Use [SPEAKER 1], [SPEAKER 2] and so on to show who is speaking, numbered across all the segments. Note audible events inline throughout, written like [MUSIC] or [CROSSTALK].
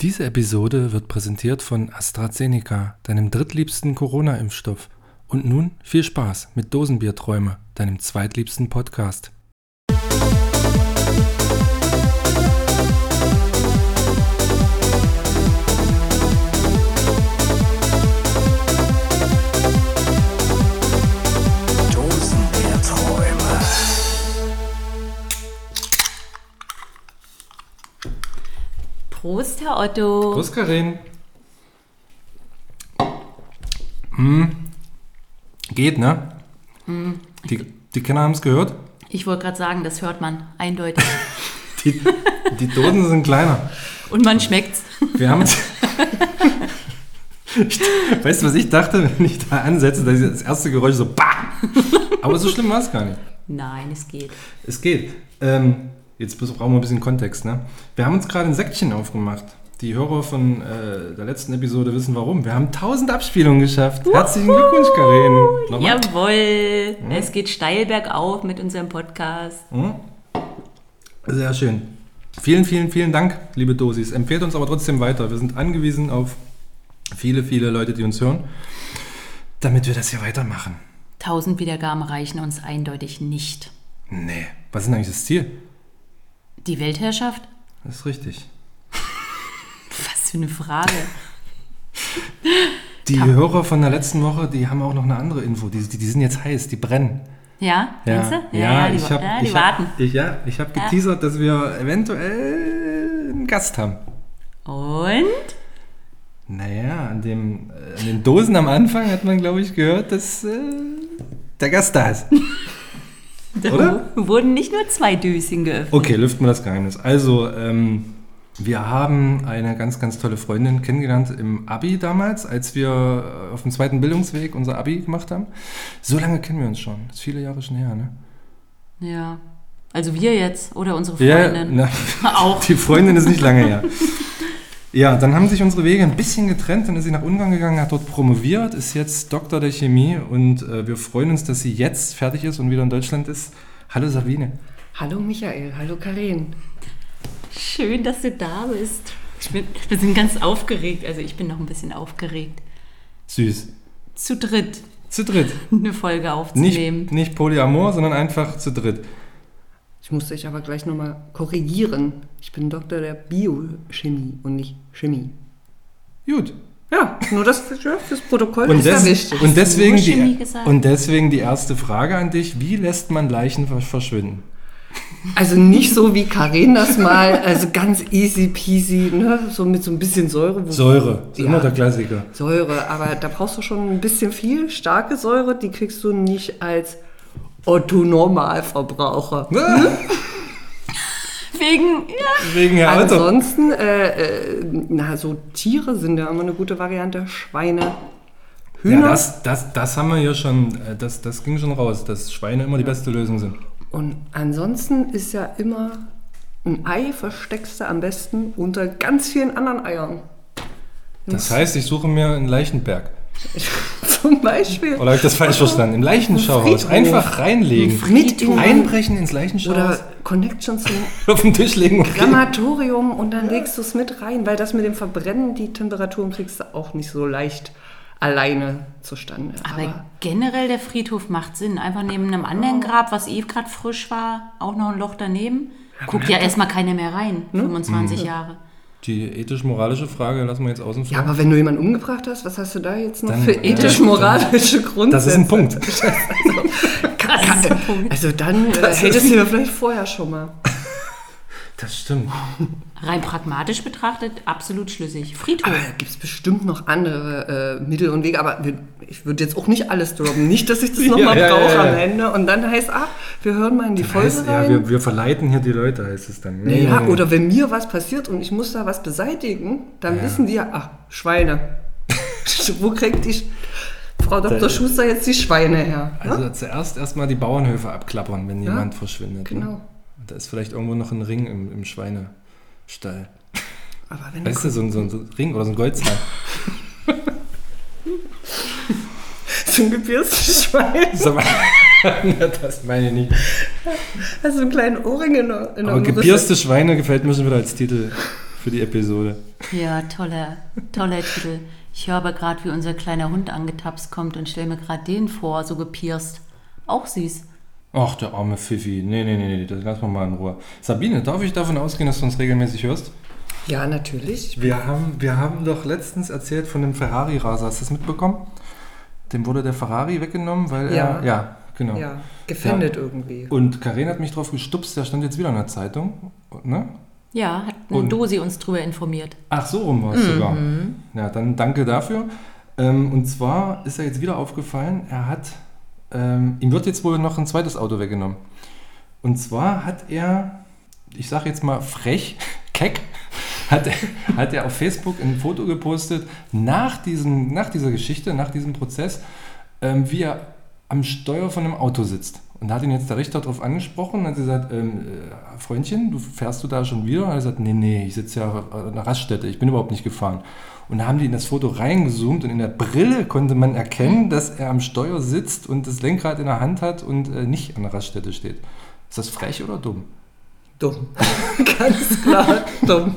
[SPEAKER 1] Diese Episode wird präsentiert von AstraZeneca, deinem drittliebsten Corona-Impfstoff. Und nun viel Spaß mit Dosenbierträume, deinem zweitliebsten Podcast.
[SPEAKER 2] Dosen der Träume.
[SPEAKER 3] Prost, Herr Otto.
[SPEAKER 1] Prost, Karin. Hm. Geht, ne? Die, die Kinder haben es gehört.
[SPEAKER 3] Ich wollte gerade sagen, das hört man eindeutig.
[SPEAKER 1] Die, die Dosen sind kleiner. [LAUGHS]
[SPEAKER 3] Und man schmeckt's.
[SPEAKER 1] Wir haben uns. Ich- weißt du, was ich dachte, wenn ich da ansetze, dass das erste Geräusch so bah! Aber so schlimm war es gar nicht.
[SPEAKER 3] Nein, es geht.
[SPEAKER 1] Es geht. Ähm, jetzt bes- brauchen wir ein bisschen Kontext. Ne? Wir haben uns gerade ein Säckchen aufgemacht. Die Hörer von äh, der letzten Episode wissen warum. Wir haben 1000 Abspielungen geschafft. Herzlichen Glückwunsch, Karin. Nochmal.
[SPEAKER 3] Jawohl. Es geht steil bergauf mit unserem Podcast.
[SPEAKER 1] Hm? Sehr schön. Vielen, vielen, vielen Dank, liebe Dosis. Empfehlt uns aber trotzdem weiter. Wir sind angewiesen auf viele, viele Leute, die uns hören, damit wir das hier weitermachen.
[SPEAKER 3] 1000 Wiedergaben reichen uns eindeutig nicht.
[SPEAKER 1] Nee, was ist denn eigentlich das Ziel?
[SPEAKER 3] Die Weltherrschaft?
[SPEAKER 1] Das ist richtig.
[SPEAKER 3] Was für eine Frage.
[SPEAKER 1] Die Hörer von der letzten Woche, die haben auch noch eine andere Info. Die, die, die sind jetzt heiß, die brennen.
[SPEAKER 3] Ja, meinst du?
[SPEAKER 1] ja,
[SPEAKER 3] die,
[SPEAKER 1] ich hab,
[SPEAKER 3] ja, die
[SPEAKER 1] ich
[SPEAKER 3] warten.
[SPEAKER 1] Hab, ich, ja, ich habe geteasert, dass wir eventuell einen Gast haben.
[SPEAKER 3] Und?
[SPEAKER 1] Naja, an, dem, äh, an den Dosen am Anfang hat man, glaube ich, gehört, dass äh, der Gast da ist.
[SPEAKER 3] Da
[SPEAKER 1] Oder?
[SPEAKER 3] wurden nicht nur zwei Döschen geöffnet.
[SPEAKER 1] Okay, lüften wir das Geheimnis. Also, ähm, wir haben eine ganz, ganz tolle Freundin kennengelernt im Abi damals, als wir äh, auf dem zweiten Bildungsweg unser Abi gemacht haben. So lange kennen wir uns schon. Das ist viele Jahre schon her, ne?
[SPEAKER 3] Ja. Also wir jetzt oder unsere
[SPEAKER 1] Ja,
[SPEAKER 3] Freundin.
[SPEAKER 1] na,
[SPEAKER 3] [LAUGHS] Auch.
[SPEAKER 1] die Freundin ist nicht lange her. Ja, dann haben sich unsere Wege ein bisschen getrennt, dann ist sie nach Ungarn gegangen, hat dort promoviert, ist jetzt Doktor der Chemie und äh, wir freuen uns, dass sie jetzt fertig ist und wieder in Deutschland ist. Hallo Sabine.
[SPEAKER 4] Hallo Michael, hallo Karin.
[SPEAKER 3] Schön, dass du da bist. Ich bin, wir sind ganz aufgeregt. Also ich bin noch ein bisschen aufgeregt.
[SPEAKER 1] Süß.
[SPEAKER 3] Zu dritt
[SPEAKER 1] Zu dritt.
[SPEAKER 3] eine Folge aufzunehmen.
[SPEAKER 1] Nicht, nicht Polyamor, sondern einfach zu dritt.
[SPEAKER 4] Ich muss dich aber gleich nochmal korrigieren. Ich bin Doktor der Biochemie und nicht Chemie.
[SPEAKER 1] Gut.
[SPEAKER 4] Ja, nur das ja, fürs Protokoll
[SPEAKER 1] Und,
[SPEAKER 4] ist ja
[SPEAKER 1] des,
[SPEAKER 4] wichtig.
[SPEAKER 1] und, deswegen
[SPEAKER 3] Nur Chemie
[SPEAKER 1] die,
[SPEAKER 3] gesagt.
[SPEAKER 1] und deswegen die erste Frage an dich. Wie lässt man Leichen versch- verschwinden?
[SPEAKER 4] Also nicht so wie Karin das mal, also ganz easy peasy, ne? so mit so ein bisschen Säure. wo-
[SPEAKER 1] Säure. Ist
[SPEAKER 4] Ja.
[SPEAKER 1] immer der [LAUGHS] Klassiker.
[SPEAKER 4] Säure, aber da brauchst du schon ein bisschen viel, starke Säure, die kriegst du nicht als Otto-Normalverbraucher.
[SPEAKER 3] Wegen, ja.
[SPEAKER 1] Wegen Herr Otto.
[SPEAKER 4] Ansonsten, äh, äh, na, so Tiere sind ja immer eine gute Variante. Schweine,
[SPEAKER 1] Ja,
[SPEAKER 4] Hühner.
[SPEAKER 1] das, das, das haben wir ja schon, äh, das, das ging schon raus, dass Schweine immer die beste Lösung sind.
[SPEAKER 4] Und ansonsten ist ja immer ein Ei versteckst du am besten unter ganz vielen anderen Eiern. [LAUGHS]
[SPEAKER 1] Das heißt, ich suche mir einen Leichenberg.
[SPEAKER 4] Zum Beispiel.
[SPEAKER 1] Oder habe ich Oh, das falsch verstanden? Im Leichenschauhaus.
[SPEAKER 4] Friedhof.
[SPEAKER 1] Einfach reinlegen.
[SPEAKER 4] mit in ein
[SPEAKER 1] Einbrechen ins Leichenschauhaus.
[SPEAKER 4] oder Connection zum
[SPEAKER 1] [LAUGHS] auf den Tisch legen. und reden.
[SPEAKER 4] Krematorium und dann legst du es mit rein, weil das mit dem Verbrennen, die Temperaturen kriegst du auch nicht so leicht alleine zustande.
[SPEAKER 3] Aber generell der Friedhof macht Sinn. Einfach neben einem anderen Grab, was Eve gerade frisch war, auch noch ein Loch daneben. Guckt ja Hm? erstmal keiner mehr rein, 25 Jahre.
[SPEAKER 1] Die ethisch-moralische Frage lassen wir jetzt außen vor.
[SPEAKER 4] ja, aber wenn du jemanden umgebracht hast, was hast du da jetzt noch
[SPEAKER 1] Dann,
[SPEAKER 4] für
[SPEAKER 1] äh,
[SPEAKER 4] ethisch-moralische
[SPEAKER 1] [LAUGHS]
[SPEAKER 4] Grundsätze?
[SPEAKER 1] das ist ein
[SPEAKER 4] [LAUGHS]
[SPEAKER 1] Punkt.
[SPEAKER 3] [LAUGHS] Das ist der Punkt.
[SPEAKER 4] Also dann äh,
[SPEAKER 1] [LAUGHS]
[SPEAKER 4] hättest du ja vielleicht vorher schon mal.
[SPEAKER 1] Das stimmt.
[SPEAKER 3] Rein pragmatisch betrachtet, absolut schlüssig. Friedhof.
[SPEAKER 4] Aber Ah, da gibt es bestimmt noch andere äh, Mittel und Wege, aber wir, ich würde jetzt auch nicht alles droppen. Nicht, dass ich
[SPEAKER 1] [LAUGHS]
[SPEAKER 4] das nochmal
[SPEAKER 1] Ja, ja,
[SPEAKER 4] brauche
[SPEAKER 1] ja, ja.
[SPEAKER 4] am Ende und dann heißt, ach, wir hören mal in die Folge
[SPEAKER 1] Heißt, ja,
[SPEAKER 4] rein.
[SPEAKER 1] wir, wir verleiten hier die Leute, heißt es dann. ne? Nee,
[SPEAKER 4] ja,
[SPEAKER 1] nee, nee.
[SPEAKER 4] oder wenn mir was passiert und ich muss da was beseitigen, dann wissen die ja, ach,
[SPEAKER 1] [LAUGHS]
[SPEAKER 4] Schweine. Wo kriegt die Sch- Frau Dr. Schuster jetzt die Schweine her? Ne?
[SPEAKER 1] Also zuerst erstmal die Bauernhöfe abklappern, wenn jemand verschwindet. ne?
[SPEAKER 4] Genau.
[SPEAKER 1] Und Da ist vielleicht irgendwo noch ein Ring im, im Schweinestall.
[SPEAKER 4] Aber wenn
[SPEAKER 1] Weißt du, so ein, so ein so ein Ring oder so ein Goldzahn.
[SPEAKER 4] [LAUGHS] [LAUGHS] so ein gebierstes Schwein,
[SPEAKER 1] Sag [LAUGHS] mal, na, das meine ich nicht.
[SPEAKER 4] also einen kleinen Ohrring in der, in der
[SPEAKER 1] Aber
[SPEAKER 4] Umrisse.
[SPEAKER 1] gebierste Schweine gefällt mir schon wieder als Titel für die Episode.
[SPEAKER 5] Ja, toller, toller Titel. Ich höre aber gerade, wie unser kleiner Hund angetapst kommt und stelle mir gerade den vor, so gepierst. Auch süß.
[SPEAKER 1] Ach, der arme Fifi. Nee, nee, nee, nee, das lassen wir mal in Ruhe. Sabine, darf ich davon ausgehen, dass du uns regelmäßig hörst?
[SPEAKER 4] Ja, natürlich.
[SPEAKER 1] Wir haben, wir haben doch letztens erzählt von dem Ferrari-Raser. Hast du das mitbekommen? Dem wurde der Ferrari weggenommen, weil
[SPEAKER 4] Ja.
[SPEAKER 1] er. Ja, genau.
[SPEAKER 4] Ja, gefändet irgendwie.
[SPEAKER 1] Und Karen hat mich drauf gestupst, der stand jetzt wieder in der Zeitung. Ne?
[SPEAKER 5] Ja, hat
[SPEAKER 1] Und-
[SPEAKER 5] ein Dosi uns drüber informiert.
[SPEAKER 1] Ach, so rum war es sogar. Ja, dann danke dafür. Ähm, und zwar ist er jetzt wieder aufgefallen, er hat, ähm, ihm wird jetzt wohl noch ein zweites Auto weggenommen. Und zwar hat er, ich sage jetzt mal frech, [LAUGHS] keck, hat, er- hat er auf Facebook ein Foto gepostet nach, diesem, nach dieser Geschichte, nach diesem Prozess, ähm, wie er am Steuer von einem Auto sitzt. Und da hat ihn jetzt der Richter darauf angesprochen und hat gesagt, ähm, äh, Freundchen, du fährst du da schon wieder? Und er hat gesagt, nee, nee, ich sitze ja an einer Raststätte, ich bin überhaupt nicht gefahren. Und da haben die in das Foto reingezoomt und in der Brille konnte man erkennen, dass er am Steuer sitzt und das Lenkrad in der Hand hat und äh, nicht an der Raststätte steht. Ist das frech oder dumm?
[SPEAKER 4] Dumm. [LAUGHS] Ganz klar, dumm.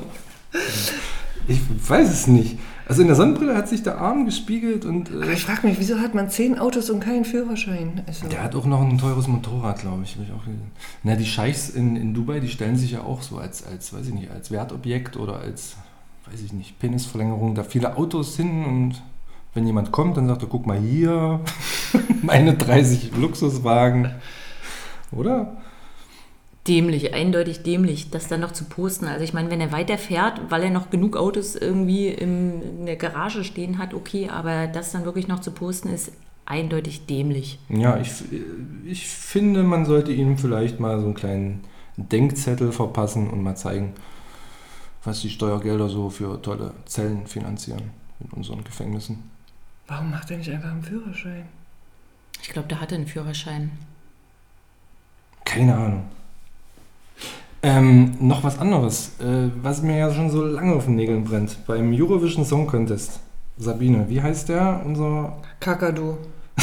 [SPEAKER 1] Ich weiß es nicht. Also in der Sonnenbrille hat sich der Arm gespiegelt und
[SPEAKER 4] Aber
[SPEAKER 1] äh,
[SPEAKER 4] ich frage mich, wieso hat man zehn Autos und keinen Führerschein? Also,
[SPEAKER 1] der hat auch noch ein teures Motorrad, glaube ich. Hab ich auch gesehen. Na, die Scheichs in, in Dubai, die stellen sich ja auch so als, als, weiß ich nicht, als Wertobjekt oder als, weiß ich nicht, Penisverlängerung da viele Autos hin und wenn jemand kommt, dann sagt er, guck mal hier, [LAUGHS] meine 30 Luxuswagen. Oder?
[SPEAKER 3] Dämlich, eindeutig dämlich, das dann noch zu posten. Also ich meine, wenn er weiterfährt, weil er noch genug Autos irgendwie im, in der Garage stehen hat, okay, aber das dann wirklich noch zu posten ist eindeutig dämlich.
[SPEAKER 1] Ja, ich, ich finde, man sollte ihm vielleicht mal so einen kleinen Denkzettel verpassen und mal zeigen, was die Steuergelder so für tolle Zellen finanzieren in unseren Gefängnissen.
[SPEAKER 4] warum macht er nicht einfach einen Führerschein?
[SPEAKER 3] Ich glaube, da hat er einen Führerschein.
[SPEAKER 1] Keine Ahnung. Ähm, noch was anderes, äh, was mir ja schon so lange auf den Nägeln brennt. Beim Eurovision Song Contest. Sabine, wie heißt der? Unser.
[SPEAKER 4] Kakadu. [LAUGHS]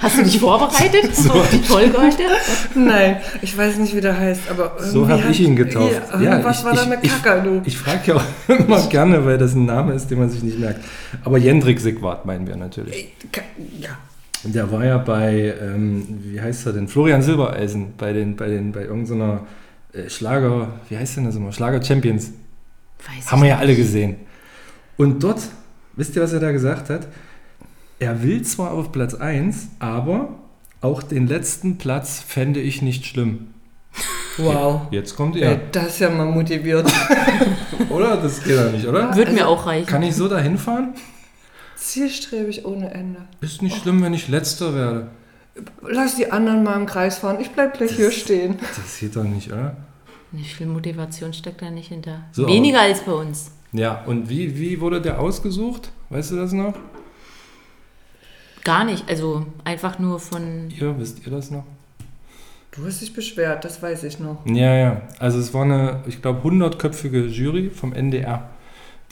[SPEAKER 3] Hast du
[SPEAKER 1] [LAUGHS]
[SPEAKER 3] dich vorbereitet auf die Folge heute?
[SPEAKER 4] Nein, ich weiß nicht, wie der heißt, aber
[SPEAKER 1] So
[SPEAKER 4] irgendwie
[SPEAKER 1] habe ich
[SPEAKER 4] hat-
[SPEAKER 1] ihn getauft.
[SPEAKER 4] Ja, was
[SPEAKER 1] ich,
[SPEAKER 4] war da
[SPEAKER 1] ich,
[SPEAKER 4] mit
[SPEAKER 1] ich,
[SPEAKER 4] Kakadu?
[SPEAKER 1] Ich frage ja auch [LAUGHS] immer gerne, weil das ein Name ist, den man sich nicht merkt. Aber Jendrik Sigwart meinen wir natürlich.
[SPEAKER 4] Ka- ja.
[SPEAKER 1] Und Der war ja bei, ähm, wie heißt er denn? Florian Silbereisen, bei den, bei den, bei irgendeiner äh, Schlager, wie heißt denn das immer? Schlager Champions.
[SPEAKER 3] Weiß
[SPEAKER 1] Haben wir ja alle gesehen. Und dort, wisst ihr, was er da gesagt hat? Er will zwar auf Platz 1, aber auch den letzten Platz fände ich nicht schlimm.
[SPEAKER 4] Wow.
[SPEAKER 1] Jetzt kommt er.
[SPEAKER 4] Ey, das ist ja mal motiviert.
[SPEAKER 1] Äh, Oder? Das geht ja nicht, oder?
[SPEAKER 3] Würde mir auch reichen.
[SPEAKER 1] Also Kann ich so dahin fahren?
[SPEAKER 4] Zielstrebig ohne Ende.
[SPEAKER 1] Ist nicht schlimm, wenn ich letzter werde.
[SPEAKER 4] Lass die anderen mal im Kreis fahren. Ich bleib gleich hier stehen.
[SPEAKER 1] Das geht doch nicht, oder?
[SPEAKER 3] Nicht viel Motivation steckt da nicht hinter.
[SPEAKER 1] So.
[SPEAKER 3] Weniger als bei uns.
[SPEAKER 1] Ja, und wie, wie wurde der ausgesucht? Weißt du das noch?
[SPEAKER 3] Gar nicht. Also einfach nur von.
[SPEAKER 1] Ihr, wisst ihr das noch?
[SPEAKER 4] Du hast dich beschwert, das weiß ich noch.
[SPEAKER 1] Ja, ja. Also es war eine, ich glaube, hundertköpfige Jury vom NDR,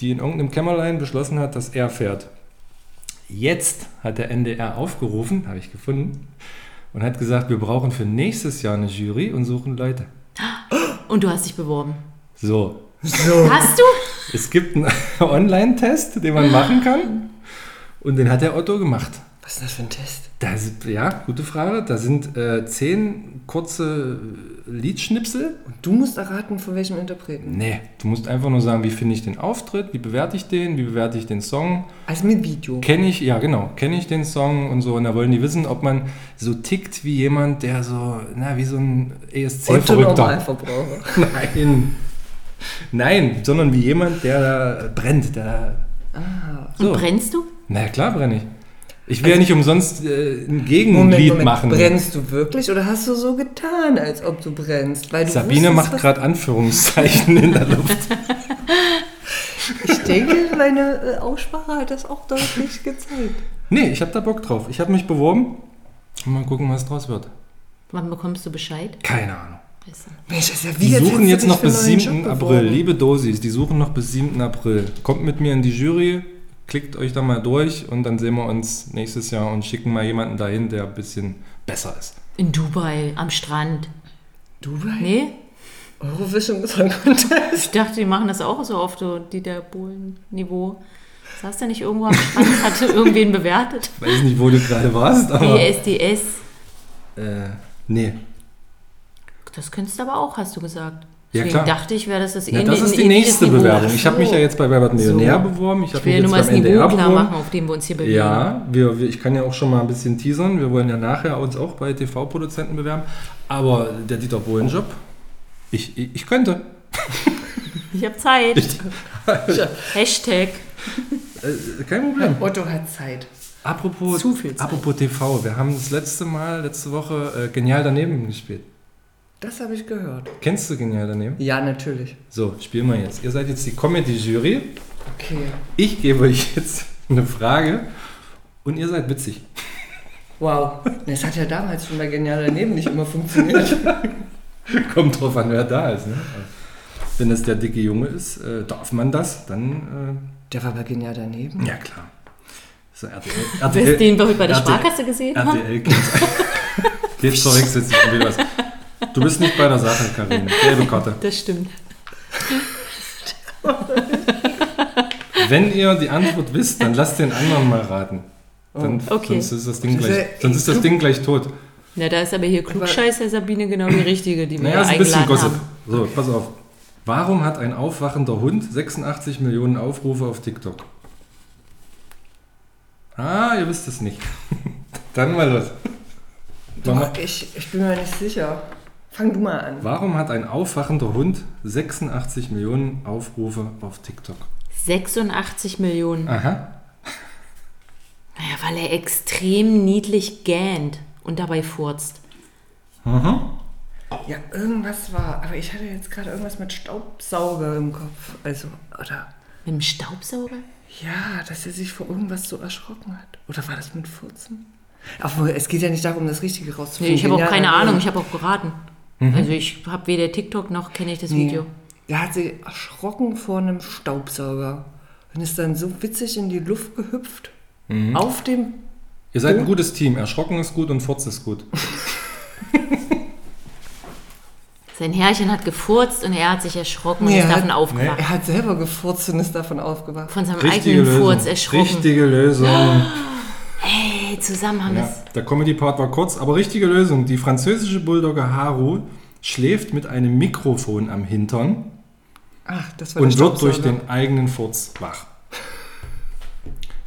[SPEAKER 1] die in irgendeinem Kämmerlein beschlossen hat, dass er fährt. Jetzt hat der NDR aufgerufen, habe ich gefunden, und hat gesagt, wir brauchen für nächstes Jahr eine Jury und suchen Leute.
[SPEAKER 3] Und du hast dich beworben.
[SPEAKER 1] So,
[SPEAKER 3] Hast du?
[SPEAKER 1] es gibt einen [LAUGHS] Online-Test, den man machen kann. Und den hat der Otto gemacht.
[SPEAKER 4] Was ist das für ein Test?
[SPEAKER 1] Das, ja, gute Frage. Da sind äh, zehn kurze Liedschnipsel
[SPEAKER 4] Und du musst erraten, von welchem Interpreten.
[SPEAKER 1] Nee, du musst einfach nur sagen, wie finde ich den Auftritt, wie bewerte ich den, wie bewerte ich den Song,
[SPEAKER 4] Also mit Video.
[SPEAKER 1] kenne ich, ja genau, kenne ich den Song und so. Und da wollen die wissen, ob man so tickt wie jemand, der so, na, wie so ein E
[SPEAKER 4] Otto
[SPEAKER 1] ESC-Verrückter.
[SPEAKER 4] Normalverbraucher.
[SPEAKER 1] [LAUGHS] Nein. Nein, sondern wie jemand, der da brennt, der
[SPEAKER 4] Ah.
[SPEAKER 1] da.
[SPEAKER 3] Und
[SPEAKER 1] So.
[SPEAKER 3] brennst du?
[SPEAKER 1] Na klar, brenne ich. Ich will ja nicht umsonst äh, ein Gegenlied
[SPEAKER 4] Also Moment, Moment.
[SPEAKER 1] machen.
[SPEAKER 4] Brennst du wirklich oder hast du so getan, als ob du brennst? Weil du
[SPEAKER 1] Sabine
[SPEAKER 4] wusstest,
[SPEAKER 1] macht
[SPEAKER 4] was-
[SPEAKER 1] gerade Anführungszeichen in der Luft.
[SPEAKER 4] Ich denke, meine äh, Aussprache hat das auch deutlich gezeigt.
[SPEAKER 1] Nee, ich habe da Bock drauf. Ich habe mich beworben. Mal gucken, was draus wird.
[SPEAKER 3] Wann bekommst du Bescheid?
[SPEAKER 1] Keine Ahnung.
[SPEAKER 3] Weißt du.
[SPEAKER 4] Mensch, das ist ja wie
[SPEAKER 1] Die suchen
[SPEAKER 4] hättest du
[SPEAKER 1] jetzt
[SPEAKER 4] dich
[SPEAKER 1] noch
[SPEAKER 4] für einen
[SPEAKER 1] bis
[SPEAKER 4] neuen
[SPEAKER 1] 7.
[SPEAKER 4] Job
[SPEAKER 1] April.
[SPEAKER 4] beworben.
[SPEAKER 1] Liebe Dosis, die suchen noch bis 7. April. Kommt mit mir in die Jury, klickt euch da mal durch und dann sehen wir uns nächstes Jahr und schicken mal jemanden dahin, der ein bisschen besser ist.
[SPEAKER 3] In Dubai, am Strand.
[SPEAKER 4] Dubai?
[SPEAKER 3] Nee?
[SPEAKER 4] halt Eurovision Song Contest.
[SPEAKER 3] Ich dachte, die machen das auch so auf so Dieter Bohlen-Niveau. Saß da nicht irgendwo
[SPEAKER 1] [LAUGHS]
[SPEAKER 3] am Strand, hatte irgendwen bewertet?
[SPEAKER 1] Weiß nicht, wo du gerade warst, [LAUGHS] aber.
[SPEAKER 3] DSDS.
[SPEAKER 1] Äh, nee.
[SPEAKER 3] Das könntest du aber auch, hast du gesagt.
[SPEAKER 1] Ja,
[SPEAKER 3] Deswegen
[SPEAKER 1] klar.
[SPEAKER 3] dachte ich, wäre das das
[SPEAKER 1] Na,
[SPEAKER 3] ähnliche-
[SPEAKER 1] das ist die
[SPEAKER 3] ähnliches
[SPEAKER 1] nächste
[SPEAKER 3] Niveau.
[SPEAKER 1] Bewerbung. Ich habe mich ja jetzt bei Wer wird Millionär
[SPEAKER 3] So.
[SPEAKER 1] beworben. Ich
[SPEAKER 3] Ich
[SPEAKER 1] habe
[SPEAKER 3] will
[SPEAKER 1] mich
[SPEAKER 3] ja
[SPEAKER 1] jetzt
[SPEAKER 3] nur mal das
[SPEAKER 1] beim
[SPEAKER 3] Niveau
[SPEAKER 1] NDR
[SPEAKER 3] klar
[SPEAKER 1] beworben.
[SPEAKER 3] machen, auf dem wir uns hier bewegen.
[SPEAKER 1] Ja, wir, wir, ich kann ja auch schon mal ein bisschen teasern. Wir wollen ja nachher uns auch bei TV-Produzenten bewerben. Aber der Dieter Bohlen-Job, ich, ich, ich könnte.
[SPEAKER 3] Ich habe Zeit.
[SPEAKER 1] Ich-
[SPEAKER 3] Hashtag.
[SPEAKER 1] Äh, Kein Problem.
[SPEAKER 4] Otto hat Zeit.
[SPEAKER 1] Apropos,
[SPEAKER 3] Zu viel Zeit.
[SPEAKER 1] apropos TV, wir haben das letzte Mal, letzte Woche äh, Genial daneben gespielt.
[SPEAKER 4] Das habe ich gehört.
[SPEAKER 1] Kennst du Genial daneben?
[SPEAKER 4] Ja, natürlich.
[SPEAKER 1] So, spielen wir jetzt. Ihr seid jetzt die Comedy-Jury.
[SPEAKER 4] Okay.
[SPEAKER 1] Ich gebe euch jetzt [LAUGHS] eine Frage und ihr seid witzig. [LAUGHS]
[SPEAKER 4] Wow. Das hat ja damals schon bei Genial daneben nicht immer funktioniert.
[SPEAKER 1] [LAUGHS] Kommt drauf an, wer da ist. Ne? Wenn es der dicke Junge ist, äh, darf man das, dann
[SPEAKER 4] Der war bei Genial daneben.
[SPEAKER 1] äh, ja klar. So RTL,
[SPEAKER 3] Hast du den bei
[SPEAKER 1] RTL
[SPEAKER 3] der Sparkasse gesehen haben?
[SPEAKER 1] RTL kennt's. [LAUGHS] Jetzt verwechselst du schon wieder was. Du bist nicht bei der Sache, Karine. Gelbe Karte.
[SPEAKER 3] Das stimmt.
[SPEAKER 1] Wenn ihr die Antwort wisst, dann lasst den anderen mal raten. Dann,
[SPEAKER 3] Oh, Okay.
[SPEAKER 1] Sonst ist das Ding
[SPEAKER 4] Das ist
[SPEAKER 1] gleich,
[SPEAKER 4] ja-
[SPEAKER 1] sonst ist das Ding gleich tot.
[SPEAKER 3] Na, da ist aber hier Klugscheißer Sabine genau
[SPEAKER 1] [LAUGHS]
[SPEAKER 3] die richtige, die wir
[SPEAKER 1] Naja, ist ein bisschen
[SPEAKER 3] eingeladen
[SPEAKER 1] Gossip.
[SPEAKER 3] haben.
[SPEAKER 1] So, pass auf. Warum hat ein aufwachender Hund 86 Millionen Aufrufe auf TikTok? Ah, ihr wisst es nicht. [LAUGHS] Dann mal los. Mach mal.
[SPEAKER 4] Doch, ich, ich bin mir nicht sicher. Fang du mal an.
[SPEAKER 1] Warum hat ein aufwachender Hund 86 Millionen Aufrufe auf TikTok?
[SPEAKER 3] 86 Millionen.
[SPEAKER 1] Aha.
[SPEAKER 3] Naja, weil er extrem niedlich gähnt und dabei furzt.
[SPEAKER 4] Ja, irgendwas war. Aber ich hatte jetzt gerade irgendwas mit Staubsauger im Kopf. Also, oder?
[SPEAKER 3] Mit dem Staubsauger?
[SPEAKER 4] Ja, dass er sich vor irgendwas so erschrocken hat. Oder war das mit Furzen? Aber es geht ja nicht darum, das Richtige
[SPEAKER 3] Nee,
[SPEAKER 4] rauszufinden.
[SPEAKER 3] ich habe auch
[SPEAKER 4] Ja, äh,
[SPEAKER 3] keine
[SPEAKER 4] ja.
[SPEAKER 3] Ahnung, ich habe auch geraten. Also ich habe weder TikTok noch kenne ich das
[SPEAKER 4] Nee.
[SPEAKER 3] Video.
[SPEAKER 4] Der hat sich erschrocken vor einem Staubsauger. Und ist dann so witzig in die Luft gehüpft.
[SPEAKER 1] Mhm.
[SPEAKER 4] Auf dem.
[SPEAKER 1] Ihr seid ein gutes Team. Erschrocken ist gut und Furz ist gut.
[SPEAKER 3] Sein Herrchen hat gefurzt und er hat sich erschrocken
[SPEAKER 4] Nee,
[SPEAKER 3] und
[SPEAKER 4] er
[SPEAKER 3] ist davon
[SPEAKER 4] hat-
[SPEAKER 3] aufgewacht.
[SPEAKER 4] Er hat selber gefurzt und ist davon aufgewacht.
[SPEAKER 3] Von seinem
[SPEAKER 1] Richtige
[SPEAKER 3] eigenen Furz
[SPEAKER 1] Lösung.
[SPEAKER 3] erschrocken.
[SPEAKER 1] Richtige Lösung.
[SPEAKER 3] Ey, zusammen haben
[SPEAKER 1] Ja,
[SPEAKER 3] es.
[SPEAKER 1] der Comedy-Part war kurz, aber richtige Lösung. Die französische Bulldogge Haru schläft mit einem Mikrofon am Hintern
[SPEAKER 4] Ach, das war
[SPEAKER 1] und
[SPEAKER 4] der
[SPEAKER 1] wird durch
[SPEAKER 4] Staubsauger.
[SPEAKER 1] den eigenen Furz wach.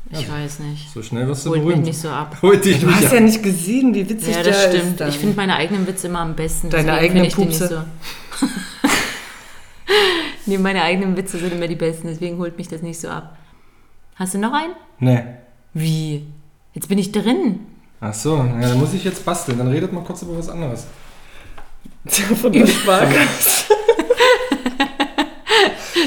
[SPEAKER 3] Ich weiß nicht.
[SPEAKER 1] So schnell wirst du
[SPEAKER 3] Holt mich
[SPEAKER 1] berühmt.
[SPEAKER 3] nicht so ab.
[SPEAKER 1] [LAUGHS] Holt dich
[SPEAKER 4] Du hast
[SPEAKER 1] nicht
[SPEAKER 4] ja
[SPEAKER 1] ab.
[SPEAKER 4] nicht gesehen, wie witzig
[SPEAKER 3] Ja, das
[SPEAKER 4] der
[SPEAKER 3] stimmt.
[SPEAKER 4] ist. dann.
[SPEAKER 3] Ich finde meine eigenen Witze immer am besten.
[SPEAKER 4] Deine
[SPEAKER 3] deswegen
[SPEAKER 4] eigenen
[SPEAKER 3] find ich die
[SPEAKER 4] Pupse.
[SPEAKER 3] so. [LAUGHS] nee, meine eigenen Witze sind immer die besten, deswegen holt mich das nicht so ab. Hast du noch einen?
[SPEAKER 1] Nee.
[SPEAKER 3] Wie? Jetzt bin ich drin.
[SPEAKER 1] Ach so, ja, dann muss ich jetzt basteln. Dann redet mal kurz über was anderes.
[SPEAKER 4] Von [LAUGHS] der [LAUGHS] Sparkasse.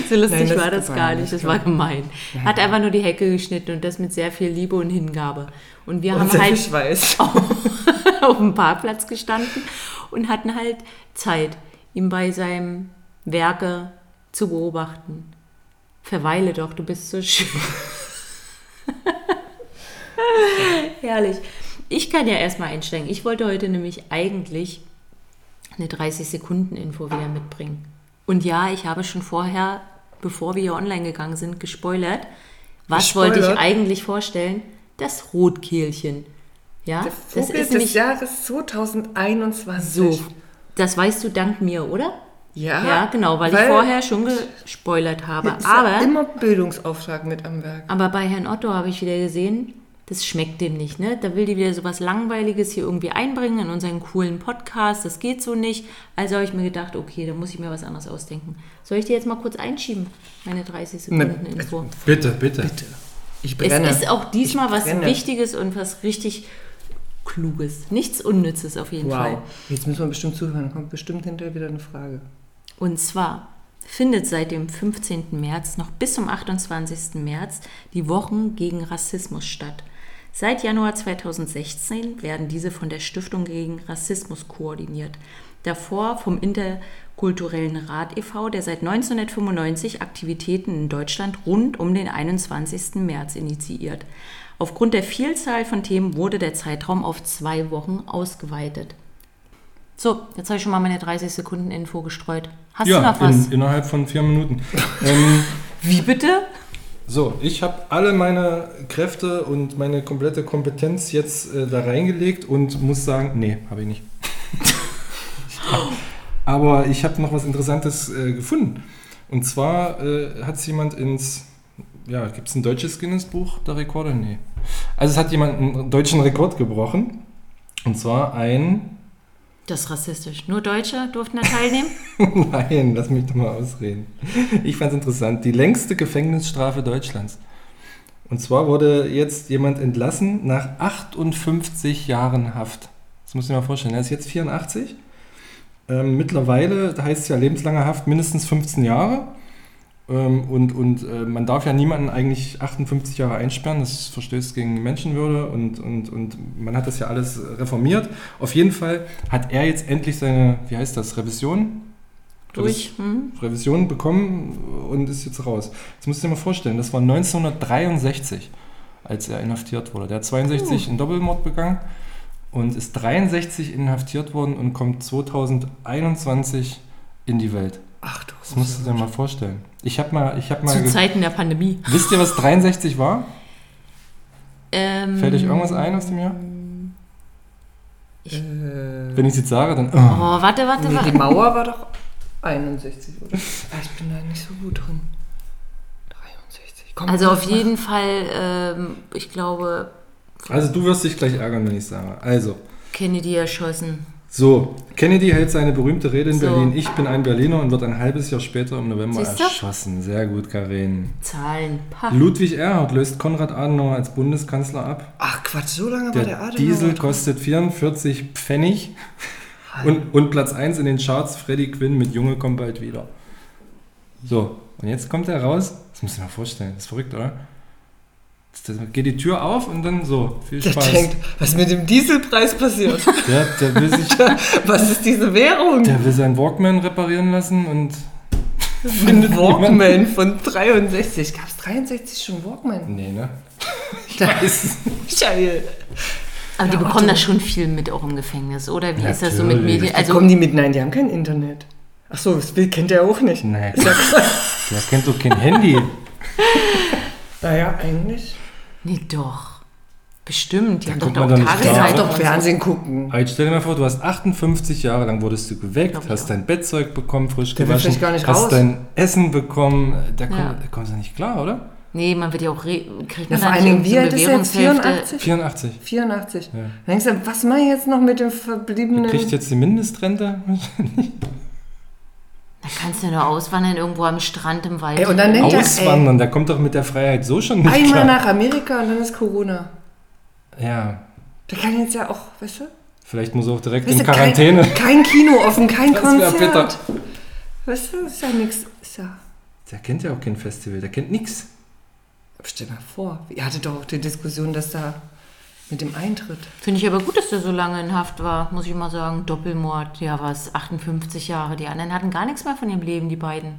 [SPEAKER 3] So lustig
[SPEAKER 4] Nein, das
[SPEAKER 3] war
[SPEAKER 4] ist
[SPEAKER 3] das
[SPEAKER 4] gemein,
[SPEAKER 3] gar nicht,
[SPEAKER 4] das
[SPEAKER 3] das
[SPEAKER 4] ist
[SPEAKER 3] war gemein. Hat einfach nur die Hecke geschnitten und das mit sehr viel Liebe und Hingabe. Und wir haben
[SPEAKER 4] Unser
[SPEAKER 3] halt
[SPEAKER 4] Fischweiß.
[SPEAKER 3] [LAUGHS] auf dem Parkplatz gestanden und hatten halt Zeit, ihn bei seinem Werke zu beobachten. Verweile doch, du bist so schön. [LAUGHS] Herrlich. Ich kann ja erstmal einsteigen. Ich wollte heute nämlich eigentlich eine 30-Sekunden-Info wieder mitbringen. Und ja, ich habe schon vorher, bevor wir hier online gegangen sind, gespoilert. Was wollte ich
[SPEAKER 4] Gespoilert?
[SPEAKER 3] eigentlich vorstellen? Das Rotkehlchen. Ja,
[SPEAKER 4] Der
[SPEAKER 3] das
[SPEAKER 4] Vogel
[SPEAKER 3] ist
[SPEAKER 4] des
[SPEAKER 3] nämlich
[SPEAKER 4] Jahres 2021.
[SPEAKER 3] so. Das weißt du dank mir, oder?
[SPEAKER 4] Ja,
[SPEAKER 3] Ja, genau, weil, ich vorher schon gespoilert habe.
[SPEAKER 4] Ah, ist ja
[SPEAKER 3] Aber,
[SPEAKER 4] immer Bildungsauftrag mit am Werk.
[SPEAKER 3] aber bei Herrn Otto habe ich wieder gesehen, das schmeckt dem nicht, ne? Da will die wieder sowas Langweiliges hier irgendwie einbringen in unseren coolen Podcast. Das geht so nicht. Also habe ich mir gedacht, okay, da muss ich mir was anderes ausdenken. Soll ich dir jetzt mal kurz einschieben? Meine 30
[SPEAKER 4] Ne,
[SPEAKER 3] Sekunden Info.
[SPEAKER 1] Bitte, bitte.
[SPEAKER 4] Ich
[SPEAKER 3] Es ist auch diesmal was
[SPEAKER 4] brenne.
[SPEAKER 3] Wichtiges und was richtig Kluges. Nichts Unnützes auf jeden Fall.
[SPEAKER 4] wow. Jetzt müssen wir bestimmt zuhören. Dann kommt bestimmt hinterher wieder eine Frage.
[SPEAKER 3] Und zwar findet seit dem 15. März noch bis zum 28. März die Wochen gegen Rassismus statt. Seit Januar 2016 werden diese von der Stiftung gegen Rassismus koordiniert. Davor vom Interkulturellen Rat e.V., der seit 1995 Aktivitäten in Deutschland rund um den 21. März initiiert. Aufgrund der Vielzahl von Themen wurde der Zeitraum auf zwei Wochen ausgeweitet. So, jetzt habe ich schon mal meine 30 Sekunden Info gestreut. Hast du
[SPEAKER 1] Ja,
[SPEAKER 3] noch was?
[SPEAKER 1] in, innerhalb von vier Minuten. [LAUGHS] ähm,
[SPEAKER 3] Wie bitte?
[SPEAKER 1] so, ich habe alle meine Kräfte und meine komplette Kompetenz jetzt äh, da reingelegt und muss sagen, nee, habe ich nicht. [LAUGHS] Aber ich habe noch was Interessantes äh, gefunden. Und zwar äh, hat es jemand ins, ja, gibt es ein deutsches Guinness-Buch der Rekorde? Nee. Also es hat jemand einen deutschen Rekord gebrochen. Und zwar ein [LAUGHS]
[SPEAKER 3] Das ist rassistisch. Nur Deutsche durften da teilnehmen?
[SPEAKER 1] Nein, lass mich doch mal ausreden. [LAUGHS] Ich fand es interessant. Die längste Gefängnisstrafe Deutschlands. Und zwar wurde jetzt jemand entlassen nach 58 Jahren Haft. Das muss ich mir mal vorstellen. Er ist jetzt 84. Ähm, mittlerweile heißt es ja lebenslange Haft mindestens 15 Jahre. Ähm, und und äh, man darf ja niemanden eigentlich 58 Jahre einsperren. Das verstößt gegen die Menschenwürde und, und, und man hat das ja alles reformiert. Auf jeden Fall hat er jetzt endlich seine, wie heißt das, Revision?
[SPEAKER 3] Durch. Hm?
[SPEAKER 1] Revision bekommen und ist jetzt raus. Jetzt musst du dir mal vorstellen, das war 1963, als er inhaftiert wurde. Der hat 62 einen Doppelmord begangen und ist 63 inhaftiert worden und kommt 2021 in die Welt.
[SPEAKER 4] Ach du.
[SPEAKER 1] Das musst du dir mal vorstellen. Ich habe mal, ich habe mal,
[SPEAKER 3] Zu
[SPEAKER 1] ge-
[SPEAKER 3] Zeiten der Pandemie.
[SPEAKER 1] wisst ihr, was 63 war?
[SPEAKER 3] Ähm,
[SPEAKER 1] Fällt euch irgendwas ein aus dem Jahr?
[SPEAKER 4] Äh,
[SPEAKER 1] Wenn ich es jetzt sage, dann.
[SPEAKER 3] Oh, warte, warte,
[SPEAKER 4] nee, die
[SPEAKER 3] warte.
[SPEAKER 4] Mauer war doch 61, oder? Ah, Ich bin da nicht so gut drin. 63. Komm,
[SPEAKER 3] Also auf
[SPEAKER 4] mach.
[SPEAKER 3] jeden Fall, ähm, ich glaube,
[SPEAKER 1] Also du wirst dich gleich ärgern, wenn ich sage. Also.
[SPEAKER 3] Kennedy erschossen.
[SPEAKER 1] So, Kennedy hält seine berühmte Rede in
[SPEAKER 3] So.
[SPEAKER 1] Berlin. Ich bin ein Berliner und wird ein halbes Jahr später im November
[SPEAKER 3] Siehst du?
[SPEAKER 1] erschossen. Sehr gut, Karin.
[SPEAKER 3] Zahlen. Pah.
[SPEAKER 1] Ludwig Erhard löst Konrad Adenauer als Bundeskanzler ab.
[SPEAKER 4] Ach Quatsch, so lange
[SPEAKER 1] Der,
[SPEAKER 4] war der Adenauer.
[SPEAKER 1] Diesel kostet 44 Pfennig. Und, und Platz 1 in den Charts, Freddy Quinn mit Junge kommt bald wieder. So, und jetzt kommt er raus. Das muss ich mir vorstellen. Das ist verrückt, oder? Das, das, geht die Tür auf und dann so. Viel
[SPEAKER 4] der
[SPEAKER 1] Spaß.
[SPEAKER 4] denkt, was mit dem Dieselpreis
[SPEAKER 1] [LAUGHS]
[SPEAKER 4] passiert?
[SPEAKER 1] Der, der will sich
[SPEAKER 4] was ist diese Währung?
[SPEAKER 1] Der will seinen Walkman reparieren lassen und
[SPEAKER 4] Ein Walkman von 63. Gab es 63 schon Walkman?
[SPEAKER 1] Nee, ne?
[SPEAKER 4] [LAUGHS] Michael.
[SPEAKER 3] Aber die bekommen da schon viel mit auch im Gefängnis, oder? Wie ist das so mit
[SPEAKER 1] Natürlich.
[SPEAKER 3] Medien?
[SPEAKER 4] Also,
[SPEAKER 3] Also
[SPEAKER 4] kommen die mit? Nein, die haben kein Internet. Ach so, das Bild kennt er auch nicht.
[SPEAKER 1] Nee, der [LAUGHS] kennt doch kein Handy.
[SPEAKER 4] Naja, eigentlich.
[SPEAKER 3] Nee, doch. Bestimmt. Die haben doch
[SPEAKER 1] kommt
[SPEAKER 3] da auch
[SPEAKER 1] man doch nicht Ja.
[SPEAKER 4] Der kann
[SPEAKER 3] Tageszeitungen.
[SPEAKER 4] halt doch Fernsehen gucken.
[SPEAKER 1] Aber jetzt Halt, stell dir mal vor, du hast 58 Jahre lang wurdest du geweckt,
[SPEAKER 3] Glaub ich
[SPEAKER 1] hast
[SPEAKER 3] auch.
[SPEAKER 1] dein Bettzeug bekommen, frisch
[SPEAKER 4] Der will
[SPEAKER 1] gewaschen,
[SPEAKER 4] vielleicht gar nicht
[SPEAKER 1] hast
[SPEAKER 4] raus.
[SPEAKER 1] dein Essen bekommen. Da, komm,
[SPEAKER 3] Ja.
[SPEAKER 1] da kommst du nicht klar, oder?
[SPEAKER 3] Nee, man wird ja auch. Re kriegt
[SPEAKER 4] Ja,
[SPEAKER 3] man
[SPEAKER 4] vor
[SPEAKER 3] da
[SPEAKER 4] allen
[SPEAKER 3] nicht
[SPEAKER 4] Dingen, wie
[SPEAKER 3] so
[SPEAKER 4] alt ist er jetzt?
[SPEAKER 3] Bewährungshälfte?
[SPEAKER 4] 84?
[SPEAKER 1] 84.
[SPEAKER 4] 84.
[SPEAKER 1] Ja.
[SPEAKER 4] Dann denkst du, was mache ich jetzt noch mit dem
[SPEAKER 1] Du
[SPEAKER 4] verbliebenen...
[SPEAKER 1] kriegst jetzt die Mindestrente.
[SPEAKER 3] Da kannst du ja nur auswandern irgendwo am Strand, im Wald.
[SPEAKER 4] Ey, und dann denkt er, ey,
[SPEAKER 1] Auswandern, der kommt doch mit der Freiheit so schon nicht
[SPEAKER 4] einmal
[SPEAKER 1] klar.
[SPEAKER 4] nach Amerika und dann ist Corona.
[SPEAKER 1] Ja,
[SPEAKER 4] Der kann jetzt ja auch, weißt du?
[SPEAKER 1] vielleicht muss er auch direkt
[SPEAKER 4] Weißt
[SPEAKER 1] in
[SPEAKER 4] du,
[SPEAKER 1] Quarantäne.
[SPEAKER 4] Kein, kein Kino offen, kein
[SPEAKER 1] Das wär
[SPEAKER 4] Konzert. Weißt du, ist ja nix. Ist ja...
[SPEAKER 1] Der kennt ja auch kein Festival, der kennt nichts.
[SPEAKER 4] Stell mal vor, ihr hattet doch auch die Diskussion, dass da mit dem Eintritt...
[SPEAKER 3] Finde ich aber gut, dass der so lange in Haft war, muss ich mal sagen. Doppelmord, ja was, 58 Jahre. Die anderen hatten gar nichts mehr von ihrem Leben, die beiden.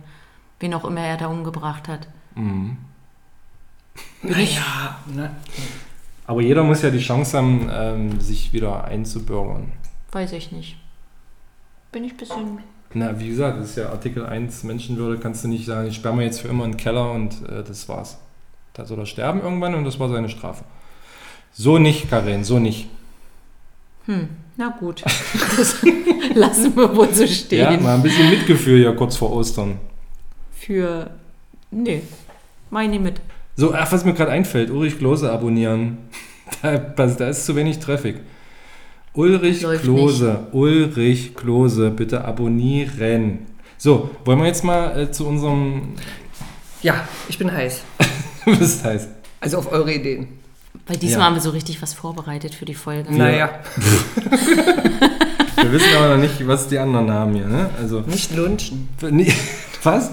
[SPEAKER 3] Wen auch immer er da umgebracht hat.
[SPEAKER 4] Naja, na,
[SPEAKER 1] Aber jeder muss ja die Chance haben, ähm, sich wieder einzubürgern.
[SPEAKER 3] Weiß ich nicht. Bin ich ein bisschen.
[SPEAKER 1] Na, wie gesagt, das ist ja Artikel 1 Menschenwürde, kannst du nicht sagen, ich sperre mir jetzt für immer in den Keller und äh, das war's. Da soll er sterben irgendwann und das war seine Strafe. So nicht, Karin, so nicht.
[SPEAKER 3] Hm, Na gut. [LAUGHS] Das lassen wir wohl so
[SPEAKER 1] Ja,
[SPEAKER 3] stehen.
[SPEAKER 1] mal ein bisschen Mitgefühl hier kurz vor Ostern.
[SPEAKER 3] Für. Nee. Meine mit.
[SPEAKER 1] So, ach, was mir gerade einfällt, Ulrich Klose abonnieren. [LAUGHS] Da, pass- da ist zu wenig Traffic. Ulrich
[SPEAKER 3] Läuft
[SPEAKER 1] Klose, Ulrich Klose, bitte abonnieren. So, wollen wir jetzt mal äh, zu unserem, [LAUGHS]
[SPEAKER 4] ja, ich bin heiß.
[SPEAKER 1] was heißt,
[SPEAKER 4] Also auf eure Ideen.
[SPEAKER 3] Weil diesmal
[SPEAKER 1] Ja.
[SPEAKER 3] haben wir so richtig was vorbereitet für die Folge.
[SPEAKER 4] Naja,
[SPEAKER 1] wir wissen aber noch nicht, was die anderen haben hier, ne? Also,
[SPEAKER 4] nicht lunchen.
[SPEAKER 1] Nee, [LAUGHS] was?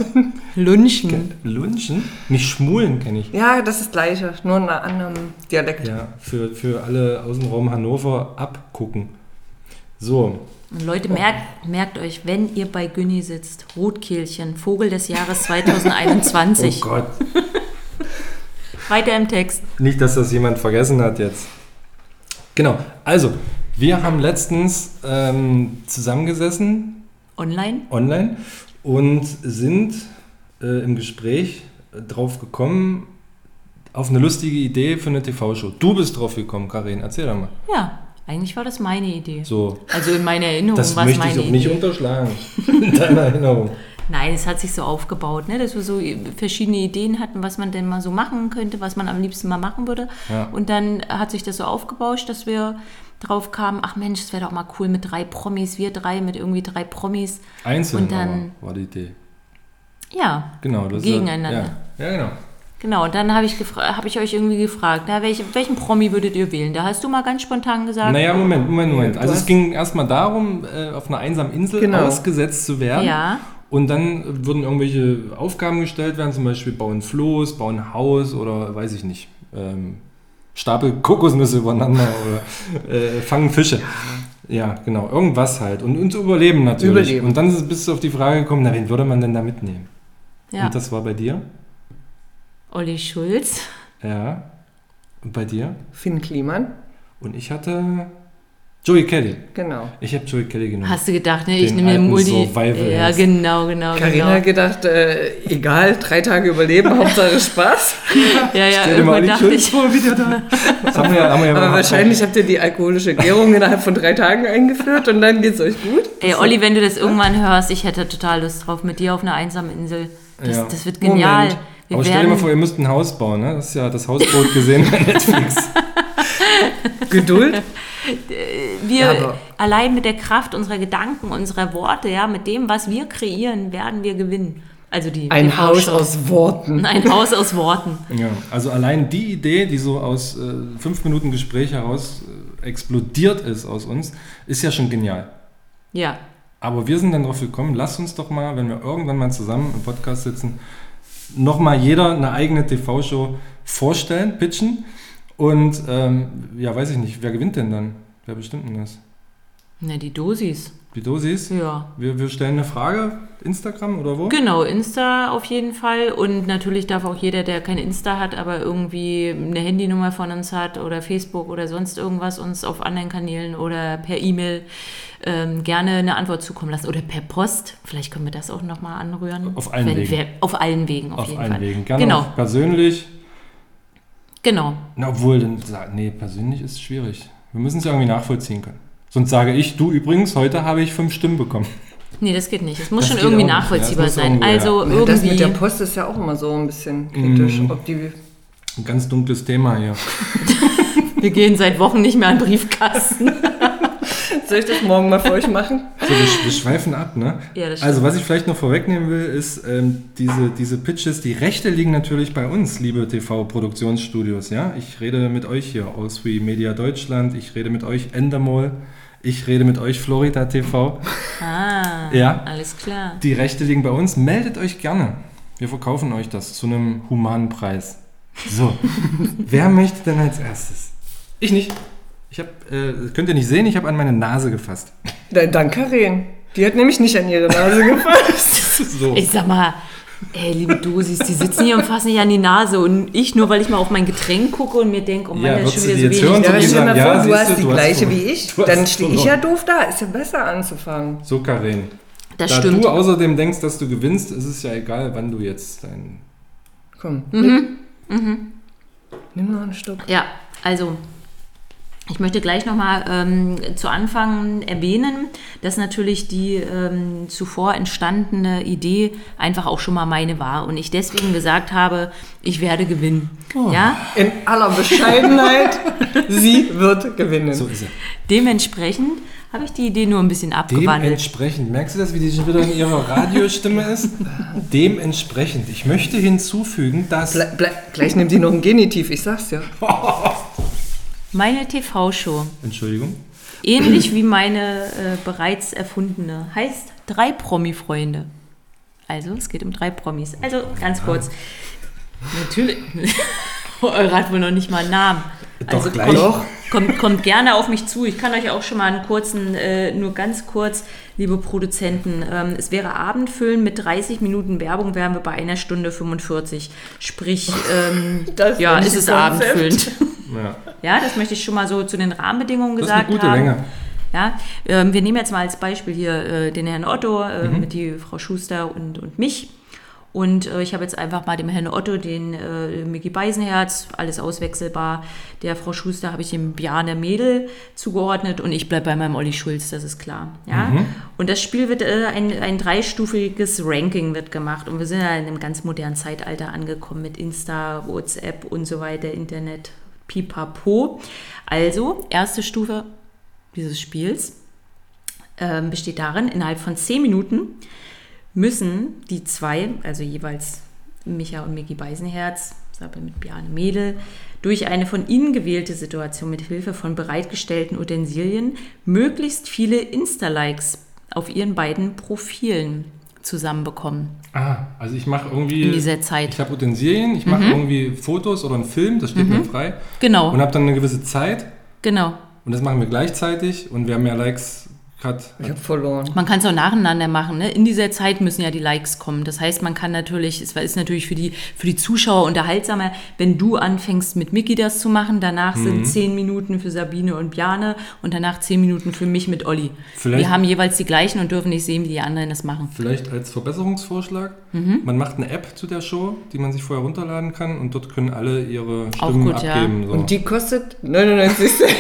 [SPEAKER 3] Lunchen.
[SPEAKER 1] Lunchen? Nicht schmulen kenne ich.
[SPEAKER 4] Ja, das ist das Gleiche, nur in einem anderen Dialekt.
[SPEAKER 1] Ja, für, für alle Außenraum Hannover abgucken. So, Oh
[SPEAKER 3] Und Leute, merkt, merkt euch, wenn ihr bei Günni sitzt, Rotkehlchen, Vogel
[SPEAKER 1] [LAUGHS]
[SPEAKER 3] des Jahres 2021.
[SPEAKER 1] oh Gott,
[SPEAKER 3] Weiter im Text.
[SPEAKER 1] nicht, dass das jemand vergessen hat jetzt. Genau, also, Wir haben letztens ähm, zusammengesessen,
[SPEAKER 3] Online?
[SPEAKER 1] online, und sind äh, im Gespräch äh, drauf gekommen, auf eine lustige Idee für eine TV-Show. Du bist drauf gekommen, Karin, erzähl doch mal.
[SPEAKER 3] Ja, eigentlich war das meine Idee.
[SPEAKER 1] So,
[SPEAKER 3] Also in meiner Erinnerung
[SPEAKER 1] das
[SPEAKER 3] war es
[SPEAKER 1] möchte
[SPEAKER 3] meine
[SPEAKER 1] ich auch
[SPEAKER 3] Idee.
[SPEAKER 1] nicht um- unterschlagen. In deiner Erinnerung.
[SPEAKER 3] Nein, es hat sich so aufgebaut, ne? dass wir so verschiedene Ideen hatten, was man denn mal so machen könnte, was man am liebsten mal machen würde.
[SPEAKER 1] Ja.
[SPEAKER 3] Und dann hat sich das so aufgebauscht, dass wir drauf kamen, ach Mensch, es wäre doch mal cool mit drei Promis, wir drei mit irgendwie drei Promis.
[SPEAKER 1] Einzeln
[SPEAKER 3] Und dann-
[SPEAKER 1] aber war die Idee.
[SPEAKER 3] Ja,
[SPEAKER 1] Genau, das
[SPEAKER 3] Gegeneinander.
[SPEAKER 1] Ja, ja genau.
[SPEAKER 3] genau. Und dann habe ich, gefra- habe ich euch irgendwie gefragt, na, welche, welchen Promi würdet ihr wählen? Da hast du mal ganz spontan gesagt,
[SPEAKER 1] Naja, Moment, Moment, Moment. Also es
[SPEAKER 4] hast-
[SPEAKER 1] ging erstmal darum, äh, auf einer einsamen Insel
[SPEAKER 4] Genau.
[SPEAKER 1] ausgesetzt zu werden.
[SPEAKER 3] Ja.
[SPEAKER 1] Und dann würden irgendwelche Aufgaben gestellt werden, zum Beispiel bauen Floß, bauen Haus oder weiß ich nicht. Ähm, Stapel Kokosnüsse übereinander [LAUGHS] oder äh, fangen Fische. Ja, genau. Irgendwas halt. Und, und überleben natürlich.
[SPEAKER 4] Überleben.
[SPEAKER 1] Und dann ist- bist du auf die Frage gekommen, na, wen würde man denn da mitnehmen?
[SPEAKER 3] ja,
[SPEAKER 1] Und das war bei dir?
[SPEAKER 3] Olli Schulz.
[SPEAKER 1] Ja. Und bei dir?
[SPEAKER 4] Finn Kliman,
[SPEAKER 1] Und ich hatte Joey Kelly.
[SPEAKER 4] genau.
[SPEAKER 1] Ich habe Joey Kelly genommen.
[SPEAKER 3] Hast du gedacht, ne, ich
[SPEAKER 1] Den
[SPEAKER 3] nehme den
[SPEAKER 1] alten
[SPEAKER 3] Multi.
[SPEAKER 1] Survival
[SPEAKER 3] ja,
[SPEAKER 1] erst.
[SPEAKER 3] genau, genau,
[SPEAKER 4] Karina
[SPEAKER 3] genau.
[SPEAKER 4] hat gedacht, äh, egal, drei Tage überleben, Hauptsache Spaß.
[SPEAKER 3] Ja, ja,
[SPEAKER 1] Stell dir mal
[SPEAKER 3] irgendwann
[SPEAKER 1] die
[SPEAKER 3] dachte
[SPEAKER 1] Schulz
[SPEAKER 3] ich,
[SPEAKER 1] vor, wie der da. Das haben wir, ja- haben wir ja
[SPEAKER 4] Aber
[SPEAKER 1] mal-
[SPEAKER 4] wahrscheinlich habt ihr die alkoholische Gärung innerhalb von drei Tagen eingeführt und dann geht's euch gut.
[SPEAKER 3] [LAUGHS] ey, Olli, wenn du das irgendwann hörst, ich hätte total Lust drauf, mit dir auf einer einsamen Insel. Das,
[SPEAKER 1] Ja.
[SPEAKER 3] das wird genial.
[SPEAKER 4] Moment.
[SPEAKER 3] Wir
[SPEAKER 1] Aber stell dir
[SPEAKER 3] werden,
[SPEAKER 1] mal vor, ihr müsst ein Haus bauen, ne? Das ist ja das Hausboot [LAUGHS] gesehen bei Netflix.
[SPEAKER 4] Geduld.
[SPEAKER 3] wir
[SPEAKER 4] Ja, aber-
[SPEAKER 3] allein mit der Kraft unserer Gedanken, unserer Worte, ja, mit dem, was wir kreieren, werden wir gewinnen. Also die die
[SPEAKER 4] Ein Haus
[SPEAKER 3] Vorschau.
[SPEAKER 4] aus Worten.
[SPEAKER 3] ein Haus aus Worten.
[SPEAKER 1] Ja, also allein die Idee, die so aus äh, fünf Minuten Gespräch heraus äh, explodiert ist aus uns, ist ja schon genial.
[SPEAKER 3] Ja,
[SPEAKER 1] Aber wir sind dann drauf gekommen, lasst uns doch mal, wenn wir irgendwann mal zusammen im Podcast sitzen, nochmal jeder eine eigene TV-Show vorstellen, pitchen. Und ähm, ja, weiß ich nicht, wer gewinnt denn dann? Wer bestimmt denn das?
[SPEAKER 3] na die Dosis.
[SPEAKER 1] Die Dosis?
[SPEAKER 3] Ja.
[SPEAKER 1] Wir, wir stellen eine Frage, Instagram oder wo?
[SPEAKER 3] Genau, Insta auf jeden Fall. Und natürlich darf auch jeder, der kein Insta hat, aber irgendwie eine Handynummer von uns hat oder Facebook oder sonst irgendwas, uns auf anderen Kanälen oder per E-Mail ähm, gerne eine Antwort zukommen lassen. Oder per Post. Vielleicht können wir das auch nochmal anrühren.
[SPEAKER 1] Auf allen Wegen.
[SPEAKER 3] wer- auf allen Wegen, auf,
[SPEAKER 1] Auf
[SPEAKER 3] jeden
[SPEAKER 1] allen
[SPEAKER 3] Fall.
[SPEAKER 1] Wegen. Gerne
[SPEAKER 3] Genau.
[SPEAKER 1] auch persönlich.
[SPEAKER 3] Genau.
[SPEAKER 1] Na, obwohl, dann, sa- nee, persönlich ist schwierig. Wir müssen es ja irgendwie nachvollziehen können. Sonst sage ich, du übrigens, heute habe ich fünf Stimmen bekommen.
[SPEAKER 3] Nee, das geht nicht. Es muss
[SPEAKER 1] Das
[SPEAKER 3] schon
[SPEAKER 1] geht
[SPEAKER 3] irgendwie
[SPEAKER 1] auch nicht, ja.
[SPEAKER 3] nachvollziehbar
[SPEAKER 1] Das muss
[SPEAKER 3] sein.
[SPEAKER 1] irgendwo, ja.
[SPEAKER 3] also
[SPEAKER 4] Ja, ne? Das mit der
[SPEAKER 3] irgendwie.
[SPEAKER 4] Post ist ja auch immer so ein bisschen kritisch,
[SPEAKER 1] Mhm.
[SPEAKER 4] ob die
[SPEAKER 1] Ein ganz dunkles Thema hier.
[SPEAKER 3] Wir gehen seit Wochen nicht mehr an
[SPEAKER 1] [LAUGHS]
[SPEAKER 3] den Briefkasten.
[SPEAKER 4] [LAUGHS] Soll ich das morgen mal für euch machen?
[SPEAKER 1] So, wir, sch- wir schweifen ab, ne?
[SPEAKER 3] Ja, das stimmt.
[SPEAKER 1] also, was ich vielleicht noch vorwegnehmen will, ist, ähm, diese, diese Pitches, die Rechte liegen natürlich bei uns, liebe TV-Produktionsstudios, ja? Ich rede mit euch hier aus wie Media Deutschland, ich rede mit euch Endemol, ich rede mit euch Florida TV.
[SPEAKER 3] Ah,
[SPEAKER 1] Ja.
[SPEAKER 3] alles klar.
[SPEAKER 1] Die Rechte liegen bei uns, meldet euch gerne. Wir verkaufen euch das zu einem humanen Preis.
[SPEAKER 3] [LAUGHS]
[SPEAKER 1] So, wer möchte denn als erstes? Ich nicht. Ich habe, äh, könnt ihr nicht sehen, ich habe an meine Nase gefasst.
[SPEAKER 4] Dann, dann Karin. Die hat nämlich nicht an ihre Nase gefasst.
[SPEAKER 1] So.
[SPEAKER 3] Ich sag mal, ey, liebe Dosis, die sitzen hier und fassen nicht an die Nase. Und ich nur, weil ich mal auf mein Getränk gucke und mir denke, oh Mann,
[SPEAKER 1] Ja,
[SPEAKER 3] das ist
[SPEAKER 1] würdest
[SPEAKER 3] schon
[SPEAKER 1] du
[SPEAKER 3] wieder
[SPEAKER 1] die
[SPEAKER 3] so
[SPEAKER 1] jetzt hören?
[SPEAKER 3] wenig.
[SPEAKER 4] Ja, aber
[SPEAKER 1] die sagen, [LAUGHS] ja,
[SPEAKER 4] stell dir mal vor, du
[SPEAKER 1] siehst
[SPEAKER 4] hast
[SPEAKER 1] du,
[SPEAKER 4] die
[SPEAKER 1] du hast
[SPEAKER 4] gleiche
[SPEAKER 1] verloren.
[SPEAKER 4] wie ich.
[SPEAKER 1] Du hast
[SPEAKER 4] Dann stehe ich
[SPEAKER 1] verloren.
[SPEAKER 4] ja doof da. Ist ja besser anzufangen.
[SPEAKER 1] So, Karin.
[SPEAKER 3] Das
[SPEAKER 1] Da
[SPEAKER 3] stimmt.
[SPEAKER 1] du außerdem denkst, dass du gewinnst, ist es ja egal, wann du jetzt dein.
[SPEAKER 4] Komm. Mhm. Nimm noch einen Stück.
[SPEAKER 3] Ja, also. Ich möchte gleich nochmal ähm, zu Anfang erwähnen, dass natürlich die ähm, zuvor entstandene Idee einfach auch schon mal meine war und ich deswegen gesagt habe, ich werde gewinnen.
[SPEAKER 1] Oh.
[SPEAKER 3] Ja?
[SPEAKER 4] In aller [LAUGHS] Bescheidenheit, sie wird gewinnen.
[SPEAKER 1] So ist er.
[SPEAKER 3] Dementsprechend habe ich die Idee nur ein bisschen abgewandelt.
[SPEAKER 1] Dementsprechend. Merkst du das, wie die schon wieder in ihrer Radiostimme
[SPEAKER 3] [LAUGHS]
[SPEAKER 1] ist? Dementsprechend. Ich möchte hinzufügen, dass.
[SPEAKER 4] Ble ble gleich nimmt die noch ein Genitiv, ich sag's ja.
[SPEAKER 3] Meine TV-Show
[SPEAKER 1] Entschuldigung.
[SPEAKER 3] Ähnlich wie meine äh, bereits erfundene. Heißt drei Promi-Freunde. Also, es geht um drei Promis. Also,
[SPEAKER 1] Ah.
[SPEAKER 3] ganz kurz. Natürlich. [LAUGHS] Eure hat wohl noch nicht mal einen Namen. Also,
[SPEAKER 1] Doch, gleich.
[SPEAKER 4] Doch.
[SPEAKER 3] Kommt, kommt gerne auf mich zu. Ich kann euch auch schon mal einen kurzen, äh, nur ganz kurz, liebe Produzenten. Ähm, es wäre Abendfüllen mit 30 Minuten Werbung, wären wir bei einer Stunde 45. Sprich, ähm,
[SPEAKER 4] Das
[SPEAKER 3] ja,
[SPEAKER 4] ist
[SPEAKER 3] es ist
[SPEAKER 4] ein Konzept.
[SPEAKER 3] Abendfüllend.
[SPEAKER 1] Ja.
[SPEAKER 3] Ja, das möchte ich schon mal so zu den Rahmenbedingungen
[SPEAKER 1] Das ist eine
[SPEAKER 3] gesagt
[SPEAKER 1] gute
[SPEAKER 3] haben.
[SPEAKER 1] Länge.
[SPEAKER 3] Ja, ähm, wir nehmen jetzt mal als Beispiel hier äh, den Herrn Otto, äh, mit die Frau Schuster und, und mich. Und äh, ich habe jetzt einfach mal dem Herrn Otto den äh, Mickey Beisenherz, alles auswechselbar. Der Frau Schuster habe ich dem Bjarne Mädel zugeordnet und ich bleibe bei meinem Olli Schulz, das ist klar. Ja? Und das Spiel wird äh, ein, ein dreistufiges Ranking wird gemacht und wir sind ja in einem ganz modernen Zeitalter angekommen mit Insta, WhatsApp und so weiter, Internet, pipapo. Also, erste Stufe dieses Spiels ähm, besteht darin, innerhalb von 10 Minuten müssen die zwei, also jeweils Micha und Micky Beisenherz, Sabel mit Bjarne Mädel, durch eine von ihnen gewählte Situation mit Hilfe von bereitgestellten Utensilien möglichst viele Insta-Likes auf ihren beiden Profilen zusammenbekommen.
[SPEAKER 1] Ah, also ich mache irgendwie.
[SPEAKER 3] In dieser Zeit. Mhm.
[SPEAKER 1] Ich habe Utensilien, ich mache irgendwie Fotos oder einen Film, das steht mir frei.
[SPEAKER 3] Genau.
[SPEAKER 1] Und habe dann eine gewisse Zeit
[SPEAKER 3] Genau.
[SPEAKER 1] und das machen wir gleichzeitig und wer mehr Likes hat.
[SPEAKER 4] Ich habe verloren.
[SPEAKER 3] Man kann es auch nacheinander machen. Ne? In dieser Zeit müssen ja die Likes kommen. Das heißt, man kann natürlich, es ist natürlich für die, für die Zuschauer unterhaltsamer, wenn du anfängst mit Mickey das zu machen. Danach
[SPEAKER 1] Mhm.
[SPEAKER 3] sind zehn Minuten für Sabine und Bjane und danach zehn Minuten für mich mit Olli.
[SPEAKER 1] Vielleicht-
[SPEAKER 3] Wir haben jeweils die gleichen und dürfen nicht sehen, wie die anderen das machen.
[SPEAKER 1] Vielleicht als Verbesserungsvorschlag. Man macht eine App zu der Show, die man sich vorher runterladen kann und dort können alle ihre
[SPEAKER 3] Auch
[SPEAKER 1] Stimmen
[SPEAKER 3] gut, ja.
[SPEAKER 1] abgeben. So.
[SPEAKER 4] Und die kostet 99 Cent.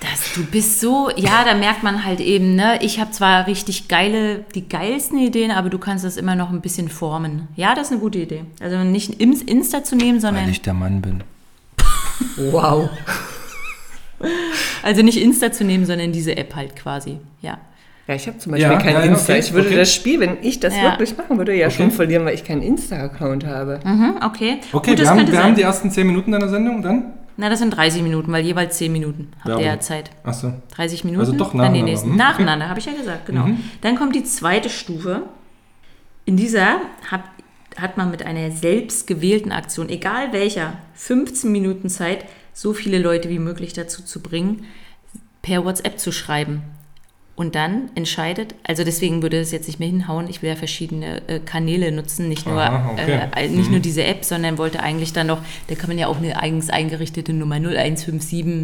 [SPEAKER 3] Das, du bist so, ja, da merkt man halt eben, ne? Ich habe zwar richtig geile, die geilsten Ideen, aber du kannst das immer noch ein bisschen formen. Ja, das ist eine gute Idee. Also nicht im Insta zu nehmen, sondern.
[SPEAKER 1] der Mann bin.
[SPEAKER 4] Wow.
[SPEAKER 3] Also nicht Insta zu nehmen, sondern diese App halt quasi. Ja.
[SPEAKER 4] Ja, ich habe zum Beispiel
[SPEAKER 1] Ja,
[SPEAKER 4] kein
[SPEAKER 1] ja, ja,
[SPEAKER 4] Insta.
[SPEAKER 1] okay,
[SPEAKER 4] ich würde
[SPEAKER 1] okay.
[SPEAKER 4] das Spiel, wenn ich das
[SPEAKER 3] Ja.
[SPEAKER 4] wirklich machen würde, ja
[SPEAKER 1] Okay.
[SPEAKER 4] schon verlieren, weil ich keinen Insta-Account habe.
[SPEAKER 3] Mhm, okay.
[SPEAKER 1] Okay,
[SPEAKER 3] Gut,
[SPEAKER 1] wir,
[SPEAKER 3] das
[SPEAKER 1] haben,
[SPEAKER 3] könnte
[SPEAKER 1] wir
[SPEAKER 3] sein.
[SPEAKER 1] haben die ersten 10 Minuten deiner Sendung dann?
[SPEAKER 3] Na, das sind 30 Minuten, weil jeweils 10 Minuten habt ihr
[SPEAKER 1] Werbung.
[SPEAKER 3] ja Zeit.
[SPEAKER 1] Achso.
[SPEAKER 3] 30 Minuten.
[SPEAKER 1] Also doch
[SPEAKER 3] Dann die
[SPEAKER 1] nacheinander,
[SPEAKER 3] nächsten.
[SPEAKER 1] hm? Mhm.
[SPEAKER 3] Nacheinander, habe ich ja gesagt, genau. Dann kommt die zweite Stufe. In dieser hat, hat man mit einer selbst gewählten Aktion, egal welcher, 15 Minuten Zeit, so viele Leute wie möglich dazu zu bringen, per WhatsApp zu schreiben. Und dann entscheidet, also deswegen würde es jetzt nicht mehr hinhauen, ich will ja verschiedene äh, Kanäle nutzen, nicht nur,
[SPEAKER 1] Aha, okay.
[SPEAKER 3] äh, nicht nur diese App, sondern wollte eigentlich dann noch, da kann man ja auch eine eigens eingerichtete Nummer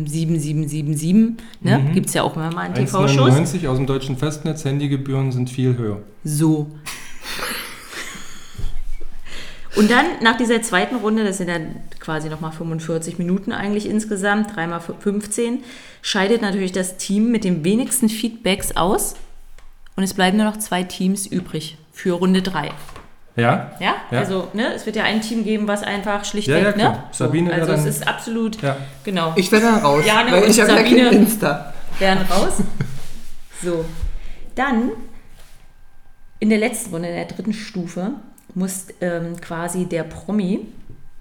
[SPEAKER 3] 015777777, ne? Gibt es ja auch immer mal einen TV-Schuss.
[SPEAKER 1] 1,99 aus dem deutschen Festnetz, Handygebühren sind viel höher.
[SPEAKER 3] So. Und dann nach dieser zweiten Runde, das sind dann quasi nochmal 45 Minuten eigentlich insgesamt, dreimal 15, scheidet natürlich das Team mit den wenigsten Feedbacks aus. Und es bleiben nur noch zwei Teams übrig für Runde 3.
[SPEAKER 1] Ja?
[SPEAKER 3] Ja?
[SPEAKER 1] Ja.
[SPEAKER 3] Also, ne, es wird ja ein Team geben, was einfach schlichtweg,
[SPEAKER 1] Ja, ja, klar.
[SPEAKER 3] ne?
[SPEAKER 1] Sabine
[SPEAKER 3] so,
[SPEAKER 1] wäre
[SPEAKER 3] also es
[SPEAKER 1] dann-
[SPEAKER 3] ist absolut,
[SPEAKER 1] Ja.
[SPEAKER 3] genau,
[SPEAKER 4] Ich wäre dann raus,
[SPEAKER 3] Jana
[SPEAKER 4] weil
[SPEAKER 3] und
[SPEAKER 4] ich habe ja
[SPEAKER 3] Sabine.
[SPEAKER 4] kein Insta.
[SPEAKER 3] werden
[SPEAKER 1] [LAUGHS]
[SPEAKER 3] raus. So. Dann in der letzten Runde, in der dritten Stufe, muss ähm, quasi der Promi,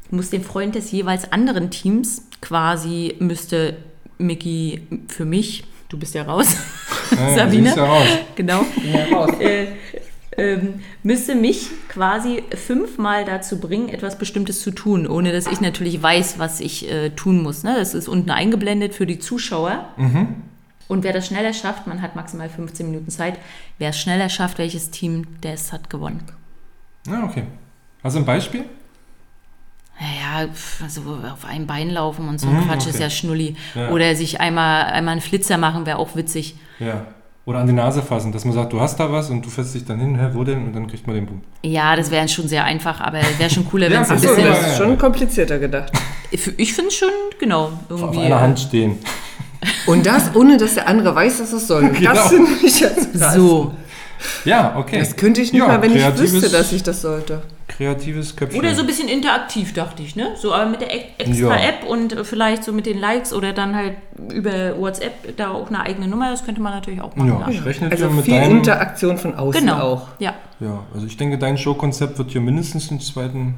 [SPEAKER 3] muss den Freund des jeweils anderen Teams, quasi müsste Mickey für mich, du bist ja raus, [LAUGHS]
[SPEAKER 1] Ja,
[SPEAKER 3] Sabine,
[SPEAKER 1] siehst Ah, du aus.
[SPEAKER 3] genau,
[SPEAKER 4] Ja, raus.
[SPEAKER 3] äh, ähm, müsste mich quasi fünfmal dazu bringen, etwas Bestimmtes zu tun, ohne dass ich natürlich weiß, was ich äh, tun muss. Ne? Das ist unten eingeblendet für die Zuschauer.
[SPEAKER 1] Mhm.
[SPEAKER 3] Und wer das schneller schafft, man hat maximal 15 Minuten Zeit, wer es schneller schafft, welches Team, der es hat gewonnen.
[SPEAKER 1] Ja, Ah, okay. Hast du ein Beispiel?
[SPEAKER 3] Naja, pf, also auf einem Bein laufen und so ein
[SPEAKER 1] Mhm,
[SPEAKER 3] Quatsch
[SPEAKER 1] okay.
[SPEAKER 3] ist ja schnulli.
[SPEAKER 1] Ja.
[SPEAKER 3] Oder sich einmal, einmal einen Flitzer machen, wäre auch witzig.
[SPEAKER 1] Ja. Oder an die Nase fassen, dass man sagt, du hast da was und du fährst dich dann hin, hä, wo denn? Und dann kriegt man den Punkt.
[SPEAKER 3] Ja, das wäre schon sehr einfach, aber wäre schon cooler, wenn
[SPEAKER 1] [LAUGHS]
[SPEAKER 3] es
[SPEAKER 1] Ja,
[SPEAKER 3] ein
[SPEAKER 1] so,
[SPEAKER 4] So,
[SPEAKER 3] bisschen...
[SPEAKER 4] das ist schon komplizierter gedacht.
[SPEAKER 3] Ich finde es schon, genau, irgendwie...
[SPEAKER 1] Auf einer Hand stehen.
[SPEAKER 4] Und das, ohne dass der andere weiß, dass es [LAUGHS] soll.
[SPEAKER 1] Genau.
[SPEAKER 4] Das finde ich jetzt krass.
[SPEAKER 3] So.
[SPEAKER 1] Ja, okay.
[SPEAKER 4] Das könnte ich nicht
[SPEAKER 1] Ja,
[SPEAKER 4] mal, wenn ich
[SPEAKER 1] kreatives-
[SPEAKER 4] wüsste, dass ich das sollte.
[SPEAKER 1] Kreatives Köpfchen.
[SPEAKER 3] Oder so ein bisschen interaktiv, dachte ich, ne? So aber mit der e- extra
[SPEAKER 1] Ja.
[SPEAKER 3] App und äh, vielleicht so mit den Likes oder dann halt über WhatsApp da auch eine eigene Nummer. Das könnte man natürlich auch machen.
[SPEAKER 1] Ja, ich rechne
[SPEAKER 4] Also
[SPEAKER 1] hier mit
[SPEAKER 4] viel
[SPEAKER 1] deinem.
[SPEAKER 4] Interaktion von außen
[SPEAKER 3] Genau.
[SPEAKER 4] auch.
[SPEAKER 3] Ja.
[SPEAKER 1] Ja, also ich denke, dein Showkonzept wird hier mindestens den zweiten.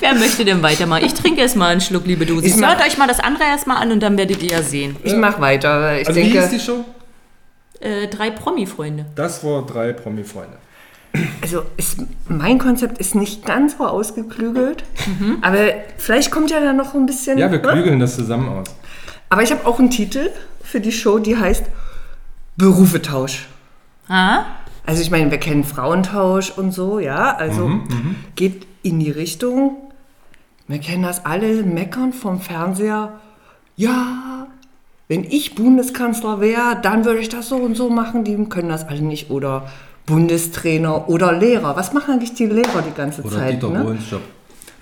[SPEAKER 3] Wer möchte denn weitermachen? Ich trinke erstmal einen Schluck, liebe Dosis.
[SPEAKER 4] Ich mach-
[SPEAKER 3] Hört euch mal das andere erstmal an und dann werdet ihr ja sehen.
[SPEAKER 4] Ich mache weiter, weil ich
[SPEAKER 1] Also wie hieß die
[SPEAKER 4] denke,
[SPEAKER 1] Show?
[SPEAKER 3] Äh, drei Promi-Freunde.
[SPEAKER 1] Das war drei Promi-Freunde.
[SPEAKER 4] also ist, mein Konzept ist nicht ganz so ausgeklügelt,
[SPEAKER 3] Mhm.
[SPEAKER 4] aber vielleicht kommt ja dann noch ein bisschen.
[SPEAKER 1] Ja, wir
[SPEAKER 4] ne?
[SPEAKER 1] klügeln das zusammen aus.
[SPEAKER 4] Aber ich habe auch einen Titel für die Show, die heißt Berufetausch.
[SPEAKER 3] Ah,
[SPEAKER 4] Also ich meine, wir
[SPEAKER 1] Mhm,
[SPEAKER 4] kennen Frauentausch und so, ja. Also geht in die Richtung. Wir kennen das alle, meckern vom Fernseher. Ja, wenn ich Bundeskanzler wäre, dann würde ich das so und so machen. Die können das alle nicht. Oder Bundestrainer oder Lehrer. Was machen eigentlich die Lehrer die ganze
[SPEAKER 1] Oder
[SPEAKER 4] Zeit?
[SPEAKER 1] Dieter
[SPEAKER 4] ne?
[SPEAKER 1] Bohlens Job.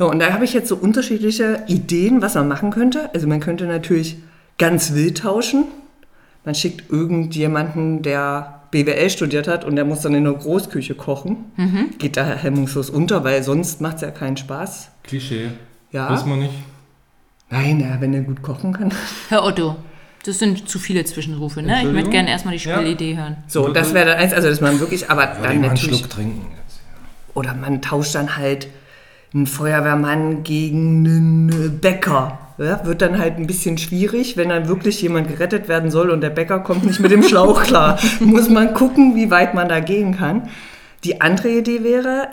[SPEAKER 4] So, und da habe ich jetzt so unterschiedliche Ideen, was man machen könnte. Also man könnte natürlich ganz wild tauschen. Man schickt irgendjemanden, der BWL studiert hat und der muss dann in der Großküche kochen.
[SPEAKER 1] Mhm.
[SPEAKER 4] Geht da hemmungslos unter, weil sonst macht es ja keinen Spaß.
[SPEAKER 1] Klischee.
[SPEAKER 4] Ja.
[SPEAKER 1] Wissen wir nicht.
[SPEAKER 4] Nein, na, wenn er gut kochen kann.
[SPEAKER 5] Herr Otto, das sind zu viele Zwischenrufe, ne? Ich möchte
[SPEAKER 1] Entschuldigung?
[SPEAKER 5] gerne erstmal die
[SPEAKER 1] Ja.
[SPEAKER 5] Spielidee hören.
[SPEAKER 4] So, und
[SPEAKER 1] Mhm.
[SPEAKER 4] das wäre dann eins, also dass man wirklich, aber
[SPEAKER 1] Würde ich
[SPEAKER 4] dann
[SPEAKER 1] mal einen
[SPEAKER 4] natürlich.
[SPEAKER 1] Schluck trinken. jetzt.
[SPEAKER 4] Oder man tauscht dann halt einen Feuerwehrmann gegen einen äh, Bäcker. Ja, wird dann halt ein bisschen schwierig, wenn dann wirklich jemand gerettet werden soll und der Bäcker kommt nicht mit dem Schlauch klar. Muss man gucken, wie weit man da gehen kann. Die andere Idee wäre,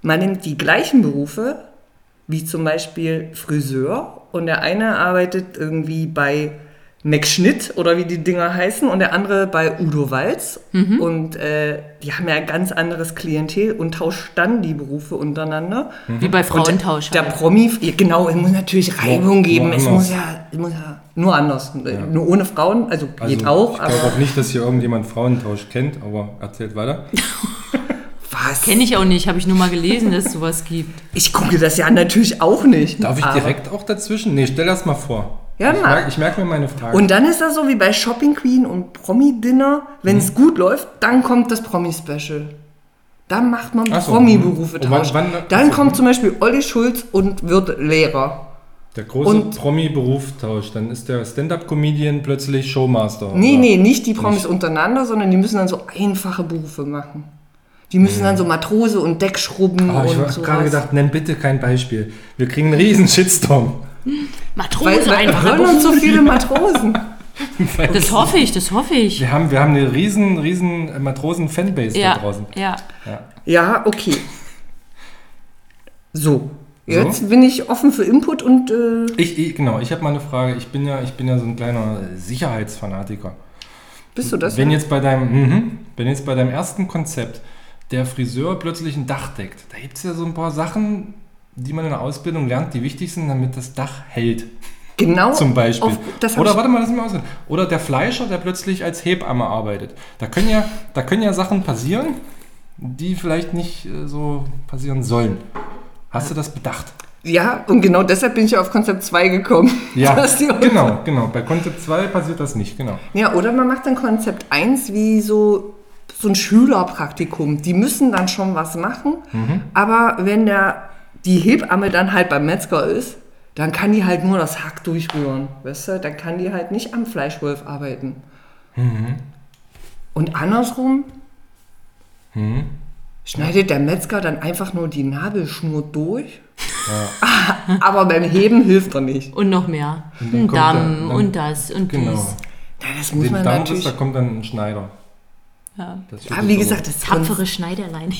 [SPEAKER 4] man nimmt die gleichen Berufe, wie zum Beispiel Friseur und der eine arbeitet irgendwie bei McSchnitt oder wie die Dinger heißen und der andere bei Udo Walz
[SPEAKER 1] Mhm.
[SPEAKER 4] und äh, die haben ja ein ganz anderes Klientel und tauscht dann die Berufe untereinander.
[SPEAKER 5] Wie bei
[SPEAKER 4] Und
[SPEAKER 5] Frauentausch.
[SPEAKER 4] Der
[SPEAKER 5] halt.
[SPEAKER 4] Promi, ja, genau, es muss natürlich Reibung
[SPEAKER 1] Mhm. nur
[SPEAKER 4] geben, es
[SPEAKER 1] anders.
[SPEAKER 4] muss ja, es muss ja nur anders, Äh, nur ohne Frauen, also, geht
[SPEAKER 1] ich
[SPEAKER 4] auch,
[SPEAKER 1] glaube
[SPEAKER 4] aber
[SPEAKER 1] auch nicht, dass hier irgendjemand Frauentausch kennt, aber erzählt weiter.
[SPEAKER 4] was?
[SPEAKER 5] Kenne ich auch nicht, habe ich nur mal gelesen, dass es sowas gibt.
[SPEAKER 4] Ich gucke das ja natürlich auch nicht.
[SPEAKER 1] Darf ich
[SPEAKER 4] aber-
[SPEAKER 1] direkt auch dazwischen? Nee, stell das mal vor.
[SPEAKER 4] Ja,
[SPEAKER 1] ich
[SPEAKER 4] mach.
[SPEAKER 1] merke, ich merke mir meine Frage.
[SPEAKER 4] Und dann ist das so wie bei Shopping Queen und Promi Dinner. Wenn
[SPEAKER 1] Mhm.
[SPEAKER 4] es gut läuft, dann kommt das Promi Special. Dann macht man
[SPEAKER 1] Ach so,
[SPEAKER 4] Promi-Berufe
[SPEAKER 1] hm. Und wann-
[SPEAKER 4] draus.
[SPEAKER 1] wann-
[SPEAKER 4] Dann
[SPEAKER 1] ach so,
[SPEAKER 4] kommt zum Beispiel Olli Schulz und wird Lehrer.
[SPEAKER 1] der große
[SPEAKER 4] und-
[SPEAKER 1] Promi-Berufstausch. Dann ist der Stand-Up-Comedian plötzlich Showmaster.
[SPEAKER 4] Nee,
[SPEAKER 1] oder?
[SPEAKER 4] nee, nicht die Promis untereinander, sondern die müssen dann so einfache Berufe machen. Die müssen dann so Matrose und Deckschrubben
[SPEAKER 1] Oh, ich
[SPEAKER 4] und
[SPEAKER 1] habe
[SPEAKER 4] so.
[SPEAKER 1] gerade gedacht, nenn bitte kein Beispiel. Wir kriegen einen riesen Shitstorm.
[SPEAKER 4] weil,
[SPEAKER 5] Matrose
[SPEAKER 4] weil
[SPEAKER 5] einfach.
[SPEAKER 4] hören uns so viele Matrosen.
[SPEAKER 5] [LAUGHS] Das hoffe ich, das hoffe ich.
[SPEAKER 1] Wir haben, wir haben eine riesen, riesen Matrosen-Fanbase
[SPEAKER 5] Ja,
[SPEAKER 1] da draußen.
[SPEAKER 5] ja.
[SPEAKER 4] Ja, okay. So. Jetzt bin ich offen für Input und äh,
[SPEAKER 1] Ich, ich, genau, ich habe mal eine Frage. Ich bin ja, ich bin ja so ein kleiner Sicherheitsfanatiker.
[SPEAKER 4] bist du das?
[SPEAKER 1] Wenn jetzt bei deinem, mhm, wenn jetzt bei deinem ersten Konzept der Friseur plötzlich ein Dach deckt, da gibt es ja so ein paar Sachen, die man in der Ausbildung lernt, die wichtig sind, damit das Dach hält,
[SPEAKER 4] genau
[SPEAKER 1] zum Beispiel.
[SPEAKER 4] auf- das hab
[SPEAKER 1] Oder
[SPEAKER 4] ich-
[SPEAKER 1] warte mal, lass mich mal ausreden. Oder der Fleischer, der plötzlich als Hebamme arbeitet. Da können ja, da können ja Sachen passieren, die vielleicht nicht äh, so passieren sollen. Hast du das bedacht?
[SPEAKER 4] Ja, und genau deshalb bin ich ja auf Konzept 2 gekommen. [LAUGHS]
[SPEAKER 1] [LAUGHS]
[SPEAKER 4] Dass die-
[SPEAKER 1] genau, genau. Bei Konzept 2 passiert das nicht, genau.
[SPEAKER 4] Ja, oder man macht dann Konzept 1 wie so, so ein Schülerpraktikum. Die müssen dann schon was machen,
[SPEAKER 1] Mhm.
[SPEAKER 4] aber wenn der, die Hebamme dann halt beim Metzger ist, dann kann die halt nur das Hack durchrühren, weißt du? Dann kann die halt nicht am Fleischwolf arbeiten.
[SPEAKER 1] Mhm.
[SPEAKER 4] Und andersrum
[SPEAKER 1] Mhm.
[SPEAKER 4] schneidet der Metzger dann einfach nur die Nabelschnur durch, [LAUGHS] aber beim Heben hilft er nicht.
[SPEAKER 5] Und noch mehr.
[SPEAKER 1] dann
[SPEAKER 5] Ein
[SPEAKER 1] kommt er-
[SPEAKER 5] Damm
[SPEAKER 1] dann-
[SPEAKER 5] und das und
[SPEAKER 1] Genau.
[SPEAKER 5] dies.
[SPEAKER 4] Ja, das muss
[SPEAKER 1] Den
[SPEAKER 4] man
[SPEAKER 1] Dampf,
[SPEAKER 4] natürlich...
[SPEAKER 1] da kommt dann ein Schneider.
[SPEAKER 5] Ja.
[SPEAKER 1] Das
[SPEAKER 4] Ja,
[SPEAKER 1] wird
[SPEAKER 4] wie
[SPEAKER 1] so-
[SPEAKER 4] gesagt, das
[SPEAKER 3] Tapfere Schneiderlein.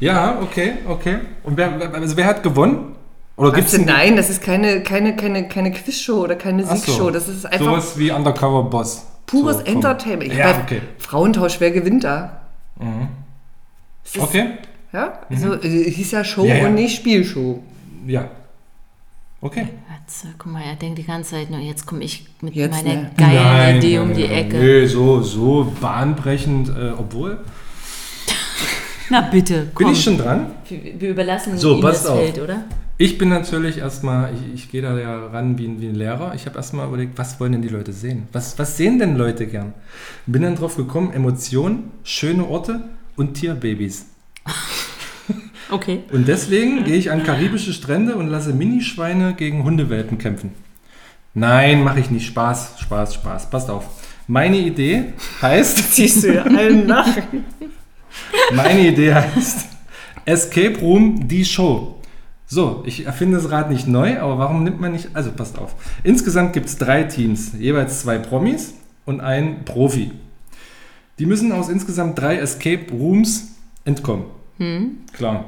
[SPEAKER 1] Ja, okay, okay. Und wer, wer- also wer hat gewonnen? Oder gibt
[SPEAKER 4] Weißt
[SPEAKER 1] es
[SPEAKER 4] du, nein, das ist keine, keine, keine, keine Quizshow oder keine Siegshow. Das ist einfach
[SPEAKER 1] sowas wie Undercover Boss.
[SPEAKER 4] pures
[SPEAKER 1] So vom-
[SPEAKER 4] Entertainment. Ich
[SPEAKER 1] Ja,
[SPEAKER 4] weiß,
[SPEAKER 1] okay. Mhm.
[SPEAKER 4] Frauentausch, wer gewinnt da? Es ist-
[SPEAKER 1] Okay, Mhm.
[SPEAKER 4] Ja, also äh, hieß ja Show
[SPEAKER 1] Ja, ja.
[SPEAKER 4] und nicht Spielshow.
[SPEAKER 1] ja. Okay.
[SPEAKER 3] Matze, Also, guck mal, er denkt die ganze Zeit nur, jetzt komme ich mit
[SPEAKER 4] Jetzt,
[SPEAKER 3] meiner
[SPEAKER 4] ne?
[SPEAKER 3] geilen Idee um die Ecke.
[SPEAKER 1] Nee, so, so bahnbrechend, äh, obwohl.
[SPEAKER 5] Na bitte,
[SPEAKER 1] Bin
[SPEAKER 5] komm.
[SPEAKER 1] ich schon dran?
[SPEAKER 3] Wir, wir überlassen
[SPEAKER 1] So,
[SPEAKER 3] ihm
[SPEAKER 1] passt
[SPEAKER 3] das
[SPEAKER 1] auf.
[SPEAKER 3] Feld, oder?
[SPEAKER 1] Ich bin natürlich erstmal, ich, ich gehe da ja ran wie, ein- wie ein Lehrer. Ich habe erstmal überlegt, was wollen denn die Leute sehen? Was, was sehen denn Leute gern? Bin dann drauf gekommen, Emotionen, schöne Orte und Tierbabys.
[SPEAKER 5] Okay.
[SPEAKER 1] Und deswegen gehe ich an karibische Strände und lasse Minischweine gegen Hundewelpen kämpfen. Nein, mache ich nicht. Spaß, Spaß, Spaß. Passt auf. Meine Idee heißt,
[SPEAKER 4] [LAUGHS] Siehst du ja allen nach.
[SPEAKER 1] meine Idee heißt Escape Room, die Show. So, ich erfinde das Rad nicht neu, aber warum nimmt man nicht, also passt auf. Insgesamt gibt es drei Teams, jeweils zwei Promis und ein Profi. Die müssen aus insgesamt drei Escape Rooms entkommen. Klar.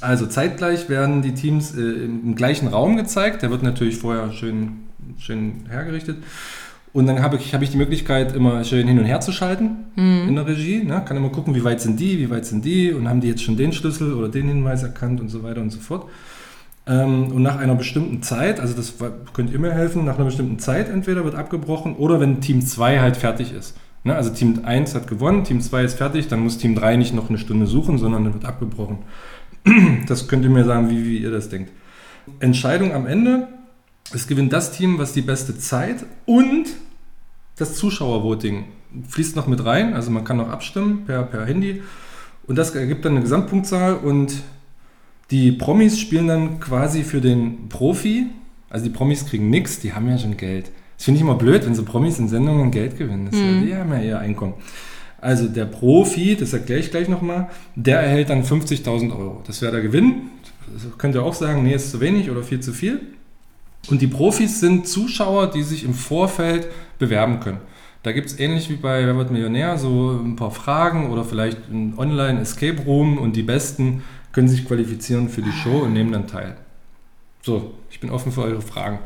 [SPEAKER 1] Also zeitgleich werden die Teams äh, im, im gleichen Raum gezeigt. Der wird natürlich vorher schön, schön hergerichtet. Und dann habe ich, habe ich die Möglichkeit, immer schön hin und her zu schalten in der Regie. Ne? Kann immer gucken, wie weit sind die, wie weit sind die und haben die jetzt schon den Schlüssel oder den Hinweis erkannt und so weiter und so fort. Ähm, und nach einer bestimmten Zeit, also das war- könnt ihr mir helfen, nach einer bestimmten Zeit entweder wird abgebrochen oder wenn Team 2 halt fertig ist. Ne? Also Team 1 hat gewonnen, Team 2 ist fertig, dann muss Team 3 nicht noch eine Stunde suchen, sondern dann wird abgebrochen. Das könnt ihr mir sagen, wie, wie ihr das denkt. Entscheidung am Ende. Es gewinnt das Team, was die beste Zeit und das Zuschauervoting fließt noch mit rein. Also man kann noch abstimmen per, per Handy. Und das ergibt dann eine Gesamtpunktzahl und die Promis spielen dann quasi für den Profi. Also die Promis kriegen nichts, die haben ja schon Geld. Das finde ich immer blöd, wenn so Promis in Sendungen Geld gewinnen. Das ja, die haben ja ihr Einkommen. Also der Profi, das erkläre ich gleich nochmal, der erhält dann 50.000 Euro. Das wäre der Gewinn. Das könnt ihr auch sagen, nee, ist zu wenig oder viel zu viel. Und die Profis sind Zuschauer, die sich im Vorfeld bewerben können. Da gibt es ähnlich wie bei Wer wird Millionär so ein paar Fragen oder vielleicht ein Online-Escape Room und die Besten können sich qualifizieren für die Show und nehmen dann teil. So, ich bin offen für eure Fragen.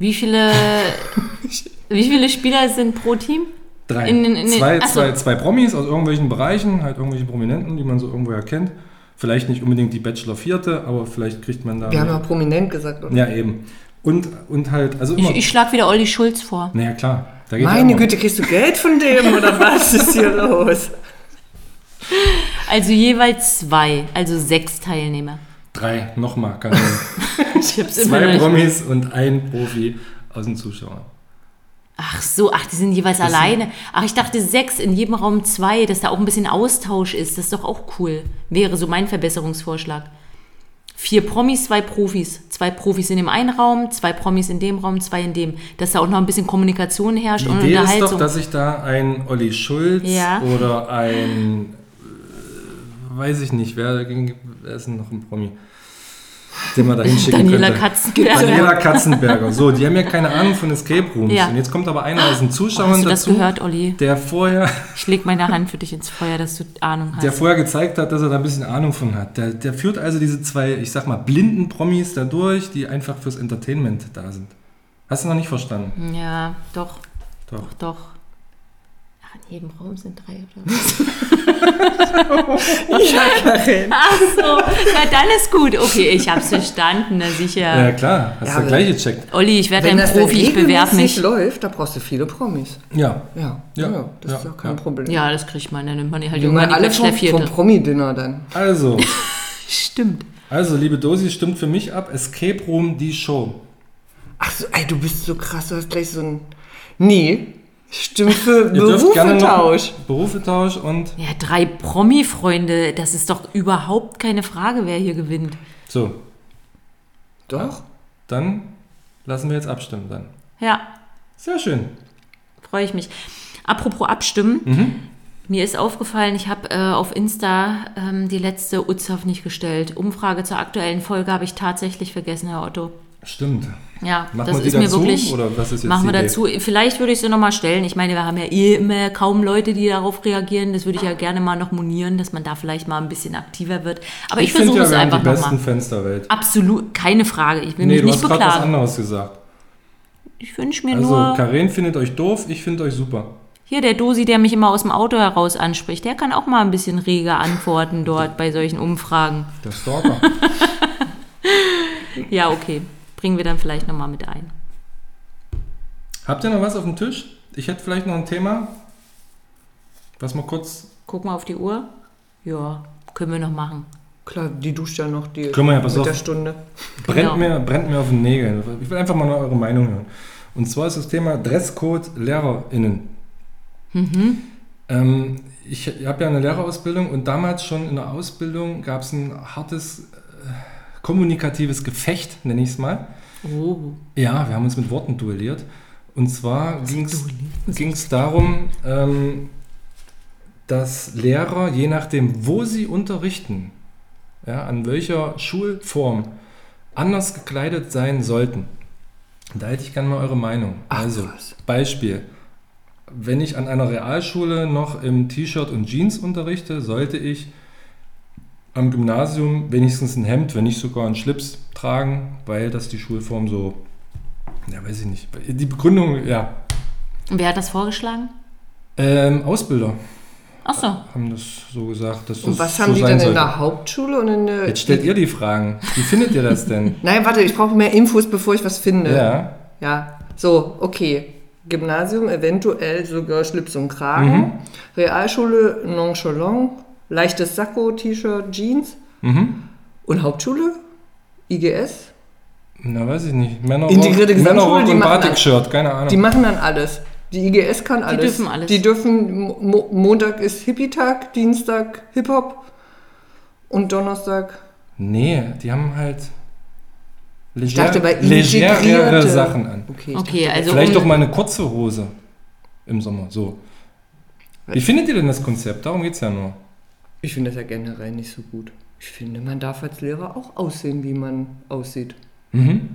[SPEAKER 3] Wie
[SPEAKER 1] [LAUGHS]
[SPEAKER 3] viele, wie viele Spieler sind pro Team?
[SPEAKER 1] Drei.
[SPEAKER 3] In- in- in-
[SPEAKER 1] zwei,
[SPEAKER 3] ach so.
[SPEAKER 1] zwei, zwei Promis aus irgendwelchen Bereichen, halt irgendwelche Prominenten, die man so irgendwo erkennt. Vielleicht nicht unbedingt die Bachelor Vierte, aber vielleicht kriegt man da.
[SPEAKER 4] Wir haben ja
[SPEAKER 1] mehr.
[SPEAKER 4] prominent gesagt. Oder?
[SPEAKER 1] ja, eben. Und, und halt, also
[SPEAKER 5] Ich,
[SPEAKER 1] immer.
[SPEAKER 5] ich schlage wieder Olli Schulz vor.
[SPEAKER 1] naja, klar. Da geht ja
[SPEAKER 4] Meine
[SPEAKER 1] immer.
[SPEAKER 4] Güte, kriegst du Geld von dem oder was
[SPEAKER 1] [LAUGHS]
[SPEAKER 4] ist hier los?
[SPEAKER 3] Also jeweils zwei, also sechs Teilnehmer.
[SPEAKER 1] Drei, nochmal. keine
[SPEAKER 3] [LAUGHS]
[SPEAKER 1] Ahnung.
[SPEAKER 3] Ich hab's immer noch
[SPEAKER 1] Zwei
[SPEAKER 3] nicht.
[SPEAKER 1] Promis und ein Profi aus den Zuschauern.
[SPEAKER 3] Ach so, ach, die sind jeweils alleine. Ach, ich dachte sechs, in jedem Raum zwei, dass da auch ein bisschen Austausch ist. Das ist doch auch cool. Wäre so mein Verbesserungsvorschlag. Vier Promis, zwei Profis. Zwei Profis in dem einen Raum, zwei Promis in dem Raum, zwei in dem. Dass da auch noch ein bisschen Kommunikation herrscht
[SPEAKER 1] Die
[SPEAKER 3] und
[SPEAKER 1] Idee ist
[SPEAKER 3] Unterhaltung.
[SPEAKER 1] doch, dass ich da ein Olli Schulz
[SPEAKER 3] Ja.
[SPEAKER 1] oder ein, äh, weiß ich nicht, wer, dagegen- wer ist denn noch ein Promi, den man da hinschicken
[SPEAKER 3] Daniela
[SPEAKER 1] könnte.
[SPEAKER 4] Also
[SPEAKER 3] Katzenberger.
[SPEAKER 4] genau.
[SPEAKER 1] Daniela Katzenberger. So, die haben ja keine Ahnung von Escape Rooms.
[SPEAKER 3] Ja.
[SPEAKER 1] Und jetzt kommt aber einer aus den Zuschauern
[SPEAKER 3] Hast du das
[SPEAKER 1] dazu,
[SPEAKER 3] gehört, Olli?
[SPEAKER 1] der vorher
[SPEAKER 3] Ich leg meine Hand für dich ins Feuer, dass du Ahnung hast.
[SPEAKER 1] der vorher gezeigt hat, dass er da ein bisschen Ahnung von hat. Der, der führt also diese zwei, ich sag mal, blinden Promis da durch, die einfach fürs Entertainment da sind. Hast du noch nicht verstanden?
[SPEAKER 3] ja, doch,
[SPEAKER 1] Doch.
[SPEAKER 3] doch. Ach, in jedem Raum sind drei oder was?
[SPEAKER 4] Ja, Karin.
[SPEAKER 3] Ach so, na dann ist gut. Okay, ich hab's verstanden, na sicher.
[SPEAKER 1] Ja, klar, hast
[SPEAKER 4] Ja,
[SPEAKER 1] du
[SPEAKER 4] aber-
[SPEAKER 1] gleich gecheckt.
[SPEAKER 3] Olli, ich werde
[SPEAKER 4] Wenn
[SPEAKER 3] ein
[SPEAKER 4] das
[SPEAKER 3] Profi, ich bewerbe mich.
[SPEAKER 4] regelmäßig läuft, da brauchst du viele Promis.
[SPEAKER 1] Ja.
[SPEAKER 4] Ja,
[SPEAKER 1] Ja,
[SPEAKER 4] ja, das ist
[SPEAKER 1] ja,
[SPEAKER 4] ja kein
[SPEAKER 1] ja.
[SPEAKER 4] Problem.
[SPEAKER 3] Ja, das kriegt man, dann nimmt man die halt
[SPEAKER 4] Die waren
[SPEAKER 3] irgendwann die
[SPEAKER 4] alle
[SPEAKER 3] Quetsch der
[SPEAKER 4] vom, vom
[SPEAKER 3] Vierte.
[SPEAKER 4] Promi-Dinner dann.
[SPEAKER 1] Also,
[SPEAKER 3] Stimmt.
[SPEAKER 1] also, liebe Dosi, stimmt für mich ab. Escape Room, die Show.
[SPEAKER 4] Ach so, ey, du bist so krass, du hast gleich so ein... Nee, stimmt für
[SPEAKER 1] [LAUGHS] Ihr dürft gerne noch-
[SPEAKER 4] Berufetausch.
[SPEAKER 1] Berufetausch und
[SPEAKER 3] Ja, drei Promi-Freunde, das ist doch überhaupt keine Frage, wer hier gewinnt.
[SPEAKER 1] so.
[SPEAKER 4] Doch.
[SPEAKER 1] Dann lassen wir jetzt abstimmen dann.
[SPEAKER 3] Ja,
[SPEAKER 1] Sehr schön.
[SPEAKER 3] freue ich mich. Apropos abstimmen. Mir ist aufgefallen, ich habe äh, auf Insta ähm, die letzte Uzaf nicht gestellt. Umfrage zur aktuellen Folge habe ich tatsächlich vergessen, Herr Otto.
[SPEAKER 1] Stimmt.
[SPEAKER 3] Ja,
[SPEAKER 1] Machen
[SPEAKER 3] das
[SPEAKER 1] wir die
[SPEAKER 3] ist mir
[SPEAKER 1] dazu,
[SPEAKER 3] wirklich.
[SPEAKER 1] oder was ist jetzt
[SPEAKER 3] machen wir
[SPEAKER 1] die Idee?
[SPEAKER 3] dazu. Vielleicht würde ich sie nochmal stellen. Ich meine, wir haben ja eh immer kaum Leute, die darauf reagieren. Das würde ich ja gerne mal noch monieren, dass man da vielleicht mal ein bisschen aktiver wird. Aber ich,
[SPEAKER 1] finde
[SPEAKER 3] versuche
[SPEAKER 1] ja,
[SPEAKER 3] es
[SPEAKER 1] wir haben
[SPEAKER 3] einfach
[SPEAKER 1] die besten
[SPEAKER 3] nochmal.
[SPEAKER 1] Fans der Welt.
[SPEAKER 3] Absolut, keine Frage. Ich will
[SPEAKER 1] Nee,
[SPEAKER 3] mich
[SPEAKER 1] du
[SPEAKER 3] nicht
[SPEAKER 1] hast gerade was
[SPEAKER 3] beklagen.
[SPEAKER 1] anderes gesagt.
[SPEAKER 3] Ich wünsche mir
[SPEAKER 1] Also,
[SPEAKER 3] nur.
[SPEAKER 1] Karen findet euch doof, ich finde euch super.
[SPEAKER 3] Hier, der Dosi, der mich immer aus dem Auto heraus anspricht, der kann auch mal ein bisschen reger antworten dort bei solchen Umfragen.
[SPEAKER 1] Der
[SPEAKER 3] [LAUGHS]
[SPEAKER 1] Stalker.
[SPEAKER 3] Ja, okay. Bringen wir dann vielleicht nochmal mit ein.
[SPEAKER 1] Habt ihr noch was auf dem Tisch? Ich hätte vielleicht noch ein Thema, was mal kurz.
[SPEAKER 3] Guck mal auf die Uhr. Ja, können wir noch machen.
[SPEAKER 4] Klar, die duscht ja noch die
[SPEAKER 1] Können wir ja, pass
[SPEAKER 4] mit
[SPEAKER 1] auf.
[SPEAKER 4] der Stunde.
[SPEAKER 3] Genau.
[SPEAKER 1] Brennt, mir, brennt mir auf den Nägeln. Ich will einfach mal noch eure Meinung hören. Und zwar ist das Thema Dresscode LehrerInnen.
[SPEAKER 3] Mhm.
[SPEAKER 1] Ähm, ich habe ja eine Lehrerausbildung und damals schon in der Ausbildung gab es ein hartes äh, kommunikatives Gefecht, nenne ich es mal.
[SPEAKER 3] Oh.
[SPEAKER 1] Ja, wir haben uns mit Worten duelliert. Und zwar ging es darum, ähm, dass Lehrer, je nachdem, wo sie unterrichten, ja, an welcher Schulform, anders gekleidet sein sollten. Und Da hätte ich gerne mal eure Meinung. also,
[SPEAKER 4] was.
[SPEAKER 1] Beispiel. Wenn ich an einer Realschule noch im T-Shirt und Jeans unterrichte, sollte ich am Gymnasium wenigstens ein Hemd, wenn nicht sogar einen Schlips tragen, weil das die Schulform so, ja, weiß ich nicht. Die Begründung, ja,
[SPEAKER 3] Und wer hat das vorgeschlagen?
[SPEAKER 1] Ähm, Ausbilder
[SPEAKER 3] Ach so.
[SPEAKER 1] haben das so gesagt, dass das
[SPEAKER 4] Und was
[SPEAKER 1] so
[SPEAKER 4] haben die
[SPEAKER 1] sein
[SPEAKER 4] denn in
[SPEAKER 1] sollte.
[SPEAKER 4] der Hauptschule und in der.
[SPEAKER 1] Jetzt stellt ihr die Fragen. Wie findet ihr das
[SPEAKER 4] [LAUGHS]
[SPEAKER 1] denn?
[SPEAKER 4] Nein, warte, ich brauche mehr Infos, bevor ich was finde.
[SPEAKER 1] ja.
[SPEAKER 4] Ja, so, okay. Gymnasium, eventuell sogar Schlips und Kragen.
[SPEAKER 1] Mhm.
[SPEAKER 4] Realschule, nonchalant. Leichtes Sakko, T-Shirt, Jeans.
[SPEAKER 1] Mhm.
[SPEAKER 4] Und Hauptschule, IGS.
[SPEAKER 1] Na, weiß ich nicht. Männerrock,
[SPEAKER 4] Integrierte Gesamtschule,
[SPEAKER 1] Männerrock
[SPEAKER 4] die
[SPEAKER 1] und
[SPEAKER 4] machen halt
[SPEAKER 1] Batik-Shirt, keine Ahnung.
[SPEAKER 4] Die machen dann alles. Die IGS kann alles.
[SPEAKER 3] dürfen alles.
[SPEAKER 4] Die dürfen, Mo Montag ist Hippie-Tag, Dienstag Hip-Hop und Donnerstag.
[SPEAKER 1] nee, die haben halt
[SPEAKER 4] Ich dachte bei
[SPEAKER 1] legerere
[SPEAKER 4] integrierte-
[SPEAKER 1] Sachen an.
[SPEAKER 4] Okay. ich
[SPEAKER 3] Okay, also
[SPEAKER 1] Vielleicht
[SPEAKER 3] um,
[SPEAKER 1] doch mal eine kurze Hose im Sommer, so. Wie findet ihr denn das Konzept? Darum geht's ja nur.
[SPEAKER 4] Ich finde das ja generell nicht so gut. Ich finde, man darf als Lehrer auch aussehen, wie man aussieht.
[SPEAKER 1] Mhm.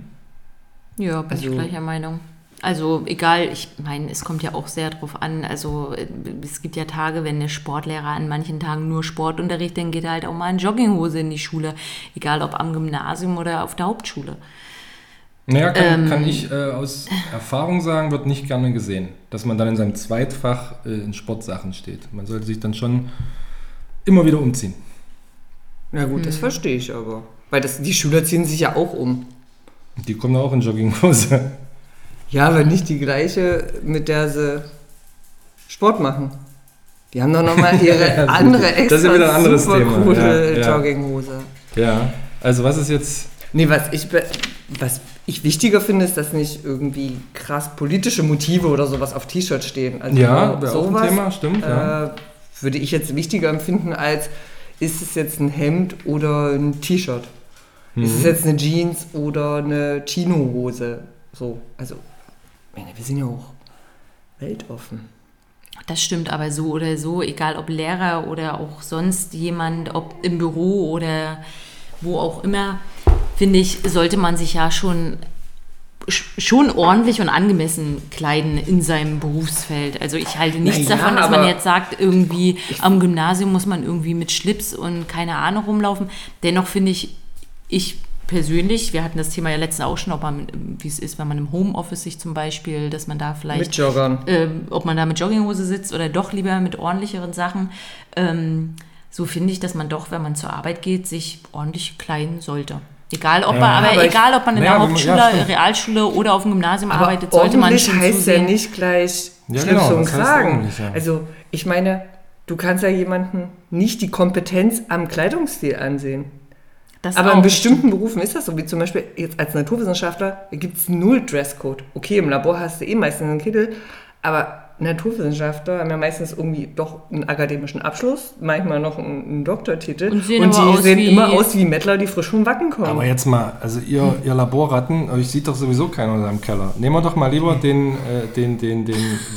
[SPEAKER 6] Ja, bin ich
[SPEAKER 4] Also-
[SPEAKER 6] gleicher Meinung.
[SPEAKER 3] Also egal, ich meine, es kommt ja auch sehr drauf an. Also äh, es gibt ja Tage, wenn der Sportlehrer an manchen Tagen nur Sport unterrichtet, dann geht er halt auch mal in Jogginghose in die Schule. Egal ob am Gymnasium oder auf der Hauptschule.
[SPEAKER 1] Naja,
[SPEAKER 4] Ähm.
[SPEAKER 1] kann, kann ich äh, aus Erfahrung sagen, wird nicht gerne gesehen, dass man dann in seinem Zweitfach äh, in Sportsachen steht. Man sollte sich dann schon immer wieder umziehen.
[SPEAKER 4] Na gut,
[SPEAKER 3] Hm.
[SPEAKER 4] das verstehe ich aber. Weil das, die Schüler ziehen sich ja auch um.
[SPEAKER 1] Die kommen auch in Jogginghose.
[SPEAKER 4] Ja, aber nicht die gleiche, mit der sie Sport machen. Die haben
[SPEAKER 1] [LAUGHS]
[SPEAKER 4] doch nochmal ihre
[SPEAKER 1] Ja, das ist
[SPEAKER 4] andere
[SPEAKER 1] richtig.
[SPEAKER 4] extra
[SPEAKER 1] Das ist ja wieder ein anderes
[SPEAKER 4] super
[SPEAKER 1] Thema.
[SPEAKER 4] coole
[SPEAKER 1] Ja, ja.
[SPEAKER 4] Jogginghose.
[SPEAKER 1] Ja, also was ist jetzt...
[SPEAKER 4] Nee, was ich, be- was ich wichtiger finde, ist, dass nicht irgendwie krass politische Motive oder sowas auf T-Shirts stehen. Also
[SPEAKER 1] Ja, wäre auch ein Thema, stimmt. ja.
[SPEAKER 4] äh, würde ich jetzt wichtiger empfinden als, ist es jetzt ein Hemd oder ein T-Shirt?
[SPEAKER 1] Mhm.
[SPEAKER 4] Ist es jetzt eine Jeans oder eine Chino-Hose? So, also, ich meine, wir sind ja auch weltoffen.
[SPEAKER 3] Das stimmt aber so oder so, egal ob Lehrer oder auch sonst jemand, ob im Büro oder wo auch immer, finde ich, sollte man sich ja schon sch- schon ordentlich und angemessen kleiden in seinem Berufsfeld. Also ich halte nichts
[SPEAKER 4] Na ja,
[SPEAKER 3] davon, dass man
[SPEAKER 4] aber-
[SPEAKER 3] jetzt sagt, irgendwie am Gymnasium muss man irgendwie mit Schlips und keine Ahnung rumlaufen. Dennoch finde ich, ich persönlich, wir hatten das Thema ja letztens auch schon, ob man, wie es ist, wenn man im Homeoffice sich zum Beispiel, dass man da vielleicht
[SPEAKER 4] Mit Joggern.
[SPEAKER 3] ähm, ob man da mit Jogginghose sitzt oder doch lieber mit ordentlicheren Sachen. Ähm, so finde ich, dass man doch, wenn man zur Arbeit geht, sich ordentlich kleiden sollte. Egal ob, man, aber
[SPEAKER 4] aber ich-
[SPEAKER 3] egal, ob man in
[SPEAKER 1] Ja,
[SPEAKER 3] der
[SPEAKER 1] aber-
[SPEAKER 3] Hauptschule,
[SPEAKER 1] ja, stimmt.
[SPEAKER 3] Realschule oder auf dem Gymnasium
[SPEAKER 4] Aber
[SPEAKER 3] arbeitet, sollte man
[SPEAKER 4] ordentlich
[SPEAKER 3] schon
[SPEAKER 4] heißt ja
[SPEAKER 3] zusehen.
[SPEAKER 4] nicht gleich
[SPEAKER 1] Ja,
[SPEAKER 4] Schlips
[SPEAKER 1] genau,
[SPEAKER 4] und
[SPEAKER 1] das heißt
[SPEAKER 4] Kragen.
[SPEAKER 1] ordentlich, ja.
[SPEAKER 4] Also, ich meine, du kannst ja jemanden nicht die Kompetenz am Kleidungsstil ansehen.
[SPEAKER 3] Das
[SPEAKER 4] Aber in
[SPEAKER 3] auch.
[SPEAKER 4] bestimmten Berufen ist das so, wie zum Beispiel jetzt als Naturwissenschaftler gibt es null Dresscode. Okay, im Labor hast du eh meistens einen Kittel, aber Naturwissenschaftler haben ja meistens irgendwie doch einen akademischen Abschluss, manchmal noch einen, einen Doktortitel
[SPEAKER 3] Und sehen
[SPEAKER 4] die
[SPEAKER 3] aber aus
[SPEAKER 4] sehen
[SPEAKER 3] wie-
[SPEAKER 4] immer aus wie Mettler, die frisch vom Wacken kommen.
[SPEAKER 1] Aber jetzt mal, also ihr, ihr Laborratten, euch sieht doch sowieso keiner in seinem Keller. Nehmen wir doch mal lieber den, äh, den, den, den,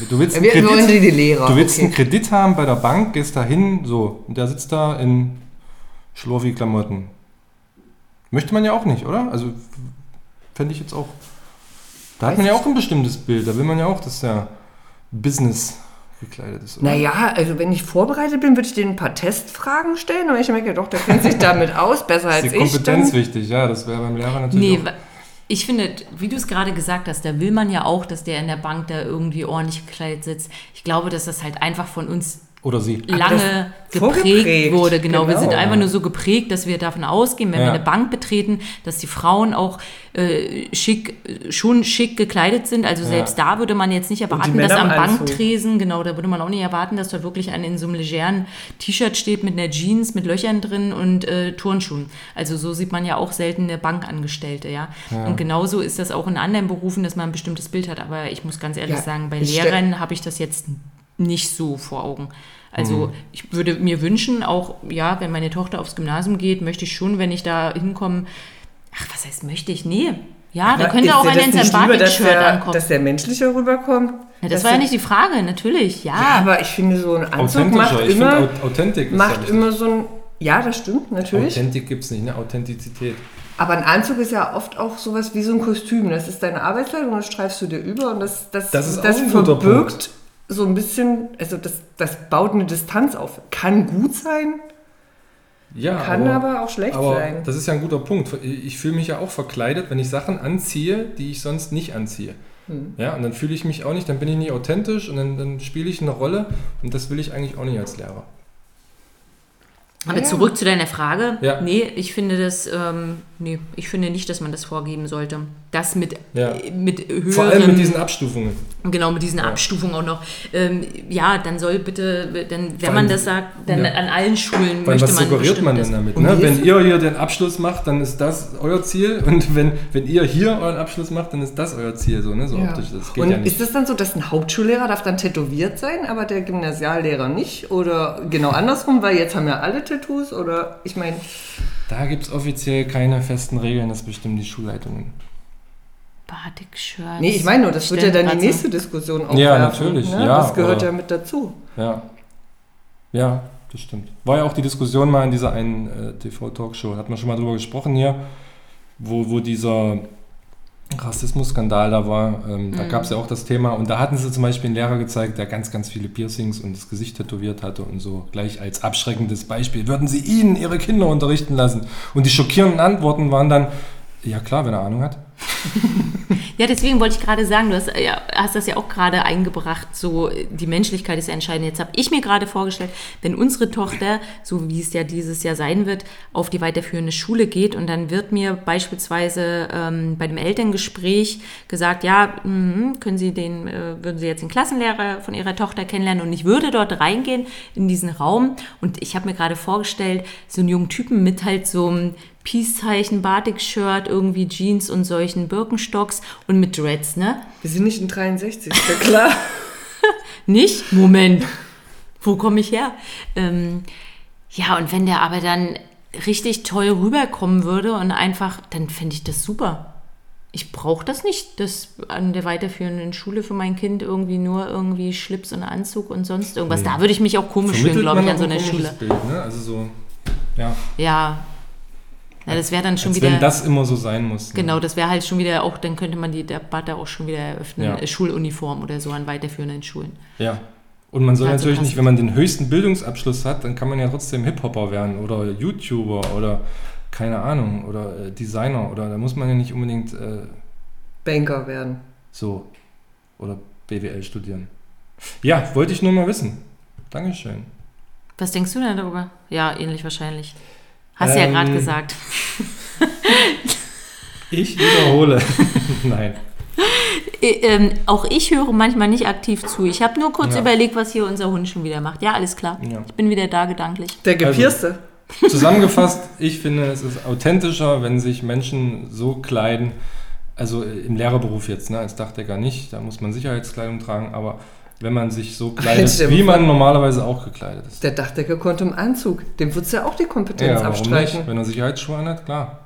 [SPEAKER 1] du willst einen
[SPEAKER 4] Wir wollen die,
[SPEAKER 1] Kredit,
[SPEAKER 4] die Lehrer.
[SPEAKER 1] du willst einen
[SPEAKER 4] okay.
[SPEAKER 1] Kredit haben bei der Bank, gehst da hin, so, und der sitzt da in Schlurfi-Klamotten. Möchte man ja auch nicht, oder? Also, fände ich jetzt auch, da hat
[SPEAKER 4] Weiß
[SPEAKER 1] man ja
[SPEAKER 4] ich-
[SPEAKER 1] auch ein bestimmtes Bild, da will man ja auch, dass der Business gekleidet ist. oder?
[SPEAKER 4] Naja, also wenn ich vorbereitet bin, würde ich denen ein paar Testfragen stellen und wenn ich merke, doch, der kennt sich damit aus, besser
[SPEAKER 1] ist
[SPEAKER 4] als
[SPEAKER 1] die
[SPEAKER 4] ich.
[SPEAKER 1] Kompetenz
[SPEAKER 4] Dann,
[SPEAKER 1] wichtig, ja, das wäre beim Lehrer natürlich
[SPEAKER 3] Nee,
[SPEAKER 1] auch.
[SPEAKER 3] wa- ich finde, wie du es gerade gesagt hast, da will man ja auch, dass der in der Bank da irgendwie ordentlich gekleidet sitzt. Ich glaube, dass das halt einfach von uns
[SPEAKER 1] Oder sie.
[SPEAKER 3] lange
[SPEAKER 4] das
[SPEAKER 3] geprägt
[SPEAKER 4] vorgeprägt,
[SPEAKER 3] wurde. Genau, wir
[SPEAKER 4] genau.
[SPEAKER 3] sind einfach nur so geprägt, dass wir davon ausgehen, wenn
[SPEAKER 1] Ja.
[SPEAKER 3] wir eine Bank betreten, dass die Frauen auch äh, schick, äh, schon schick gekleidet sind. Also selbst da würde man jetzt nicht erwarten, dass
[SPEAKER 4] Männer
[SPEAKER 3] am
[SPEAKER 4] im Anzug.
[SPEAKER 3] Banktresen, genau, da würde man auch nicht erwarten, dass dort wirklich einer in so einem legeren T-Shirt steht mit einer Jeans, mit Löchern drin und äh, Turnschuhen. Also so sieht man ja auch selten eine Bankangestellte, ja? Und genauso ist das auch in anderen Berufen, dass man ein bestimmtes Bild hat. Aber ich muss ganz ehrlich
[SPEAKER 4] Ja,
[SPEAKER 3] sagen, bei
[SPEAKER 4] ich stell-
[SPEAKER 3] Lehrern habe ich das jetzt nicht so vor Augen. Also
[SPEAKER 4] Mhm.
[SPEAKER 3] ich würde mir wünschen, auch ja, wenn meine Tochter aufs Gymnasium geht, möchte ich schon, wenn ich da hinkomme, ach, was heißt möchte ich? Nee. Ja, da könnte
[SPEAKER 4] Ist
[SPEAKER 3] auch
[SPEAKER 4] dir
[SPEAKER 3] einer
[SPEAKER 4] das
[SPEAKER 3] in seinem
[SPEAKER 4] nicht lieber, dass
[SPEAKER 3] Batik-Shirt
[SPEAKER 4] der-
[SPEAKER 3] ankommen.
[SPEAKER 4] Dass der menschlicher rüberkommt.
[SPEAKER 3] ja, das
[SPEAKER 4] Dass
[SPEAKER 3] war ja
[SPEAKER 4] der-
[SPEAKER 3] nicht die Frage, natürlich,
[SPEAKER 4] Ja,
[SPEAKER 3] ja.
[SPEAKER 4] aber ich finde, so ein Anzug
[SPEAKER 1] Authentischer,
[SPEAKER 4] macht
[SPEAKER 1] ich
[SPEAKER 4] immer,
[SPEAKER 1] finde Authentik ist ja
[SPEAKER 4] macht
[SPEAKER 1] wichtig.
[SPEAKER 4] immer so ein. Ja, das stimmt, natürlich.
[SPEAKER 1] Authentik gibt es nicht, ne? Authentizität.
[SPEAKER 4] Aber ein Anzug ist ja oft auch sowas wie so ein Kostüm. Das ist deine Arbeitskleidung, das streifst du dir über und das, das,
[SPEAKER 1] Das ist auch ein guter Punkt.
[SPEAKER 4] so ein bisschen, also das, das baut eine Distanz auf. Kann gut sein,
[SPEAKER 1] Ja,
[SPEAKER 4] kann aber, auch schlecht
[SPEAKER 1] aber
[SPEAKER 4] sein.
[SPEAKER 1] das ist ja ein guter Punkt. Ich fühle mich ja auch verkleidet, wenn ich Sachen anziehe, die ich sonst nicht anziehe.
[SPEAKER 4] Hm.
[SPEAKER 1] Ja, und dann fühle ich mich auch nicht, dann bin ich nicht authentisch und dann, dann spiele ich eine Rolle und das will ich eigentlich auch nicht als Lehrer.
[SPEAKER 3] Aber zurück zu deiner Frage.
[SPEAKER 1] Ja.
[SPEAKER 3] Nee, ich finde das, ähm, nee, ich finde nicht, dass man das vorgeben sollte. Das mit,
[SPEAKER 1] Ja.
[SPEAKER 3] äh, mit höherem,
[SPEAKER 1] Vor allem mit diesen Abstufungen.
[SPEAKER 3] genau, mit diesen Abstufungen auch noch. Ähm, ja, dann soll bitte, dann, wenn man
[SPEAKER 1] allem-
[SPEAKER 3] das sagt, dann
[SPEAKER 1] ja.
[SPEAKER 3] an allen Schulen
[SPEAKER 1] Weil
[SPEAKER 3] möchte
[SPEAKER 1] was
[SPEAKER 3] man
[SPEAKER 1] suggeriert man
[SPEAKER 3] bestimmtes-
[SPEAKER 1] denn damit?
[SPEAKER 4] Und
[SPEAKER 1] Ne?
[SPEAKER 4] wie
[SPEAKER 1] Wenn
[SPEAKER 4] ist-
[SPEAKER 1] ihr hier den Abschluss macht, dann ist das euer Ziel. [LAUGHS] Und wenn, wenn ihr hier euren Abschluss macht, dann ist das euer Ziel. So, ne? so
[SPEAKER 4] Ja.
[SPEAKER 1] optisch. Das geht
[SPEAKER 4] Und
[SPEAKER 1] ja
[SPEAKER 4] ist
[SPEAKER 1] nicht.
[SPEAKER 4] es dann so, dass ein Hauptschullehrer darf dann tätowiert sein, aber der Gymnasiallehrer nicht? Oder genau andersrum, weil jetzt haben ja alle Tattoos oder ich meine,
[SPEAKER 1] Da gibt es offiziell keine festen Regeln, das bestimmen die Schulleitungen.
[SPEAKER 3] Batik-Shirts.
[SPEAKER 4] nee, ich meine nur, das wird ja
[SPEAKER 3] Stimmt,
[SPEAKER 4] dann die
[SPEAKER 3] also-
[SPEAKER 4] nächste Diskussion aufwerfen. ne?
[SPEAKER 1] Ja, natürlich, ja,
[SPEAKER 4] Das gehört
[SPEAKER 1] aber-
[SPEAKER 4] ja mit dazu.
[SPEAKER 1] Ja. Ja, das stimmt. War ja auch die Diskussion mal in dieser einen äh, TV-Talkshow, hat man schon mal drüber gesprochen hier, wo, wo dieser Rassismus-Skandal da war. Ähm,
[SPEAKER 3] Mhm.
[SPEAKER 1] Da gab es ja auch das Thema und da hatten sie zum Beispiel einen Lehrer gezeigt, der ganz, ganz viele Piercings und das Gesicht tätowiert hatte und so. Gleich als abschreckendes Beispiel. Würden sie ihnen ihre Kinder unterrichten lassen? Und die schockierenden Antworten waren dann, ja klar, wenn er Ahnung hat.
[SPEAKER 3] Ja, deswegen wollte ich gerade sagen, du hast, äh, ja, hast das ja auch gerade eingebracht, so äh, die Menschlichkeit ist ja entscheidend. Jetzt habe ich mir gerade vorgestellt, wenn unsere Tochter, so wie es ja dieses Jahr sein wird, auf die weiterführende Schule geht und dann wird mir beispielsweise ähm, bei dem Elterngespräch gesagt, ja, mhm, können Sie den, äh, würden Sie jetzt den Klassenlehrer von Ihrer Tochter kennenlernen und ich würde dort reingehen in diesen Raum und ich habe mir gerade vorgestellt, so einen jungen Typen mit halt so einem Peace-Zeichen, Batik-Shirt, irgendwie Jeans und solchen Birkenstocks und mit Dreads, ne?
[SPEAKER 4] Wir sind nicht in 63, ist ja klar. [LAUGHS]
[SPEAKER 3] Nicht? Moment. Wo komme ich her? Ähm, ja, und wenn der aber dann richtig toll rüberkommen würde und einfach, dann fände ich das super. Ich brauche das nicht, dass an der weiterführenden Schule für mein Kind irgendwie nur irgendwie Schlips und Anzug und sonst irgendwas. Da würde ich mich auch komisch fühlen, glaube ich,
[SPEAKER 1] man
[SPEAKER 3] an so
[SPEAKER 1] auch ein
[SPEAKER 3] einer
[SPEAKER 1] komisches
[SPEAKER 3] Schule.
[SPEAKER 1] Bild, ne? Also so, ja,
[SPEAKER 3] Ja. Na, das wäre dann schon
[SPEAKER 1] als
[SPEAKER 3] wieder.
[SPEAKER 1] wenn das immer so sein muss. ne?
[SPEAKER 3] Genau, das wäre halt schon wieder auch, dann könnte man die Debatte auch schon wieder eröffnen,
[SPEAKER 1] Ja.
[SPEAKER 3] äh, Schuluniform oder so an weiterführenden Schulen.
[SPEAKER 1] Ja. Und man soll
[SPEAKER 3] Also
[SPEAKER 1] natürlich
[SPEAKER 3] passend.
[SPEAKER 1] nicht, wenn man den höchsten Bildungsabschluss hat, dann kann man ja trotzdem Hip-Hopper werden oder YouTuber oder keine Ahnung oder äh, Designer oder da muss man ja nicht unbedingt äh,
[SPEAKER 4] Banker werden.
[SPEAKER 1] so oder BWL studieren. Ja, wollte ich nur mal wissen. Dankeschön.
[SPEAKER 3] Was denkst du denn darüber? Ja, ähnlich wahrscheinlich. Hast du ja
[SPEAKER 1] Ähm,
[SPEAKER 3] gerade gesagt.
[SPEAKER 1] Ich wiederhole. [LAUGHS] Nein.
[SPEAKER 3] Äh, ähm, auch ich höre manchmal nicht aktiv zu. Ich habe nur kurz
[SPEAKER 1] Ja.
[SPEAKER 3] überlegt, was hier unser Hund schon wieder macht. Ja, alles klar.
[SPEAKER 1] Ja.
[SPEAKER 3] Ich bin wieder da gedanklich.
[SPEAKER 4] Der
[SPEAKER 1] Also
[SPEAKER 4] Gepierste.
[SPEAKER 1] Zusammengefasst, ich finde, es ist authentischer, wenn sich Menschen so kleiden, also äh, im Lehrerberuf jetzt, ne, als Dachdecker nicht, da muss man Sicherheitskleidung tragen, aber wenn man sich
[SPEAKER 4] [LAUGHS]
[SPEAKER 1] so
[SPEAKER 4] jetzt
[SPEAKER 1] kleidet,
[SPEAKER 4] stell
[SPEAKER 1] wie
[SPEAKER 4] dir mal
[SPEAKER 1] man normalerweise auch gekleidet ist.
[SPEAKER 4] der Dachdecker konnte im Anzug. Dem würdest du ja auch die
[SPEAKER 1] Ja,
[SPEAKER 4] Kompetenz
[SPEAKER 1] warum nicht?
[SPEAKER 4] [LAUGHS] abstreichen.
[SPEAKER 1] Wenn er Sicherheitsschuhe anhat, klar.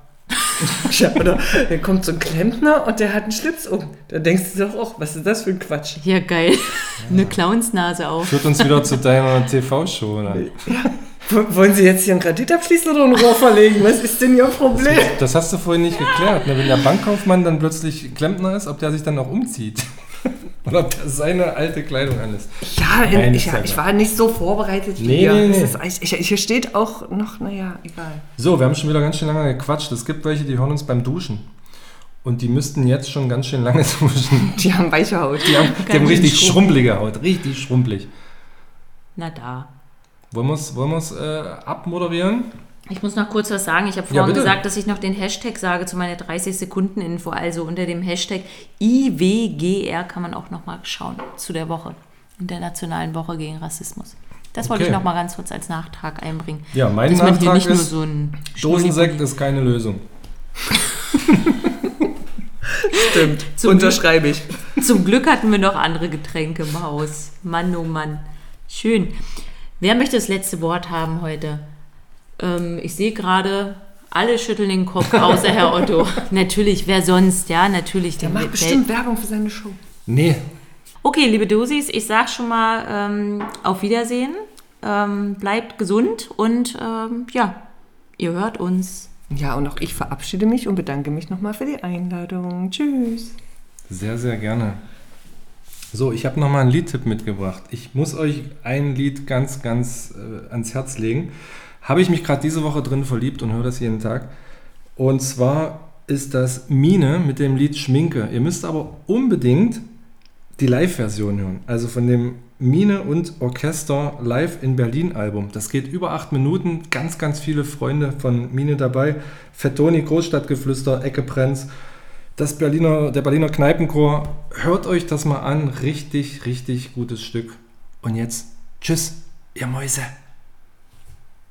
[SPEAKER 4] Ja, oder dann kommt so ein Klempner und der hat einen Schlips um. Da denkst du doch auch, was ist das für ein Quatsch?
[SPEAKER 3] Ja, geil. [LAUGHS] Eine Clownsnase auf.
[SPEAKER 1] Führt uns wieder zu
[SPEAKER 4] [LAUGHS]
[SPEAKER 1] deiner TV-Show. Ne?
[SPEAKER 4] W wollen Sie jetzt hier einen Kredit abschließen oder ein Rohr verlegen? Was ist denn Ihr Problem?
[SPEAKER 1] [LAUGHS] Das hast du vorhin nicht geklärt. Ne? Wenn der Bankkaufmann dann plötzlich Klempner ist, ob der sich dann auch umzieht. [LAUGHS] Oder ob der seine alte Kleidung anlässt.
[SPEAKER 4] Ja, in,
[SPEAKER 1] Nein,
[SPEAKER 4] ich,
[SPEAKER 1] ist ja
[SPEAKER 4] ich
[SPEAKER 1] klar.
[SPEAKER 4] war nicht so vorbereitet
[SPEAKER 1] Nee,
[SPEAKER 4] wie ihr.
[SPEAKER 1] nee, nee.
[SPEAKER 4] Es ist, ich, ich, hier steht auch noch, naja, egal.
[SPEAKER 1] So, wir haben schon wieder ganz schön lange gequatscht. Es gibt welche, die hören uns beim Duschen. Und die müssten jetzt schon ganz schön lange [LAUGHS]
[SPEAKER 3] [LAUGHS]
[SPEAKER 1] duschen.
[SPEAKER 4] Die haben weiche Haut.
[SPEAKER 1] Die haben, die haben
[SPEAKER 3] schön
[SPEAKER 1] richtig
[SPEAKER 3] schrumpelig.
[SPEAKER 1] schrumpelige Haut. Richtig schrumpelig.
[SPEAKER 3] Na da.
[SPEAKER 1] Wollen wir es wollen wir's, äh, abmoderieren?
[SPEAKER 3] Ich muss noch kurz was sagen. Ich habe vorhin
[SPEAKER 1] bitte.
[SPEAKER 3] gesagt, dass ich noch den Hashtag sage zu meiner 30 Sekunden Info. Also unter dem Hashtag IWGR kann man auch nochmal schauen zu der Woche. Internationalen Woche gegen Rassismus. Das wollte
[SPEAKER 1] Okay.
[SPEAKER 3] ich nochmal ganz kurz als Nachtrag einbringen.
[SPEAKER 1] Ja, mein
[SPEAKER 3] dass man hier
[SPEAKER 1] Nachtrag
[SPEAKER 3] nicht nur
[SPEAKER 1] ist,
[SPEAKER 3] so ein
[SPEAKER 1] Dosensekt ist keine Lösung.
[SPEAKER 4] [LAUGHS] Stimmt.
[SPEAKER 3] Zum
[SPEAKER 4] Unterschreibe ich.
[SPEAKER 3] [LAUGHS] Zum Glück hatten wir noch andere Getränke im Haus. Mann, oh Mann. Schön. Wer möchte das letzte Wort haben heute? Ähm, ich sehe gerade, alle schütteln den Kopf, außer Herr Otto. natürlich, wer sonst? Ja, natürlich.
[SPEAKER 4] Der macht bestimmt Werbung für seine Show.
[SPEAKER 1] Nee,
[SPEAKER 3] Okay, liebe Dosis, ich sag schon mal ähm, auf Wiedersehen. Ähm, bleibt gesund und ähm, ja, ihr hört uns.
[SPEAKER 4] Ja, und auch ich verabschiede mich und bedanke mich nochmal für die Einladung. Tschüss.
[SPEAKER 1] Sehr, sehr gerne. So, ich habe nochmal einen Liedtipp mitgebracht. Ich muss euch ein Lied ganz, ganz äh, ans Herz legen. Habe ich mich gerade diese Woche drin verliebt und höre das jeden Tag. Und zwar ist das Mine mit dem Lied Schminke. Ihr müsst aber unbedingt die Live-Version hören. Also von dem Mine und Orchester Live in Berlin Album. Das geht über acht Minuten. Ganz, ganz viele Freunde von Mine dabei. Fettoni, Großstadtgeflüster, Ecke Prenz. Das Berliner, der Berliner Kneipenchor. Hört euch das mal an. Richtig, richtig gutes Stück. Und jetzt, tschüss, ihr Mäuse.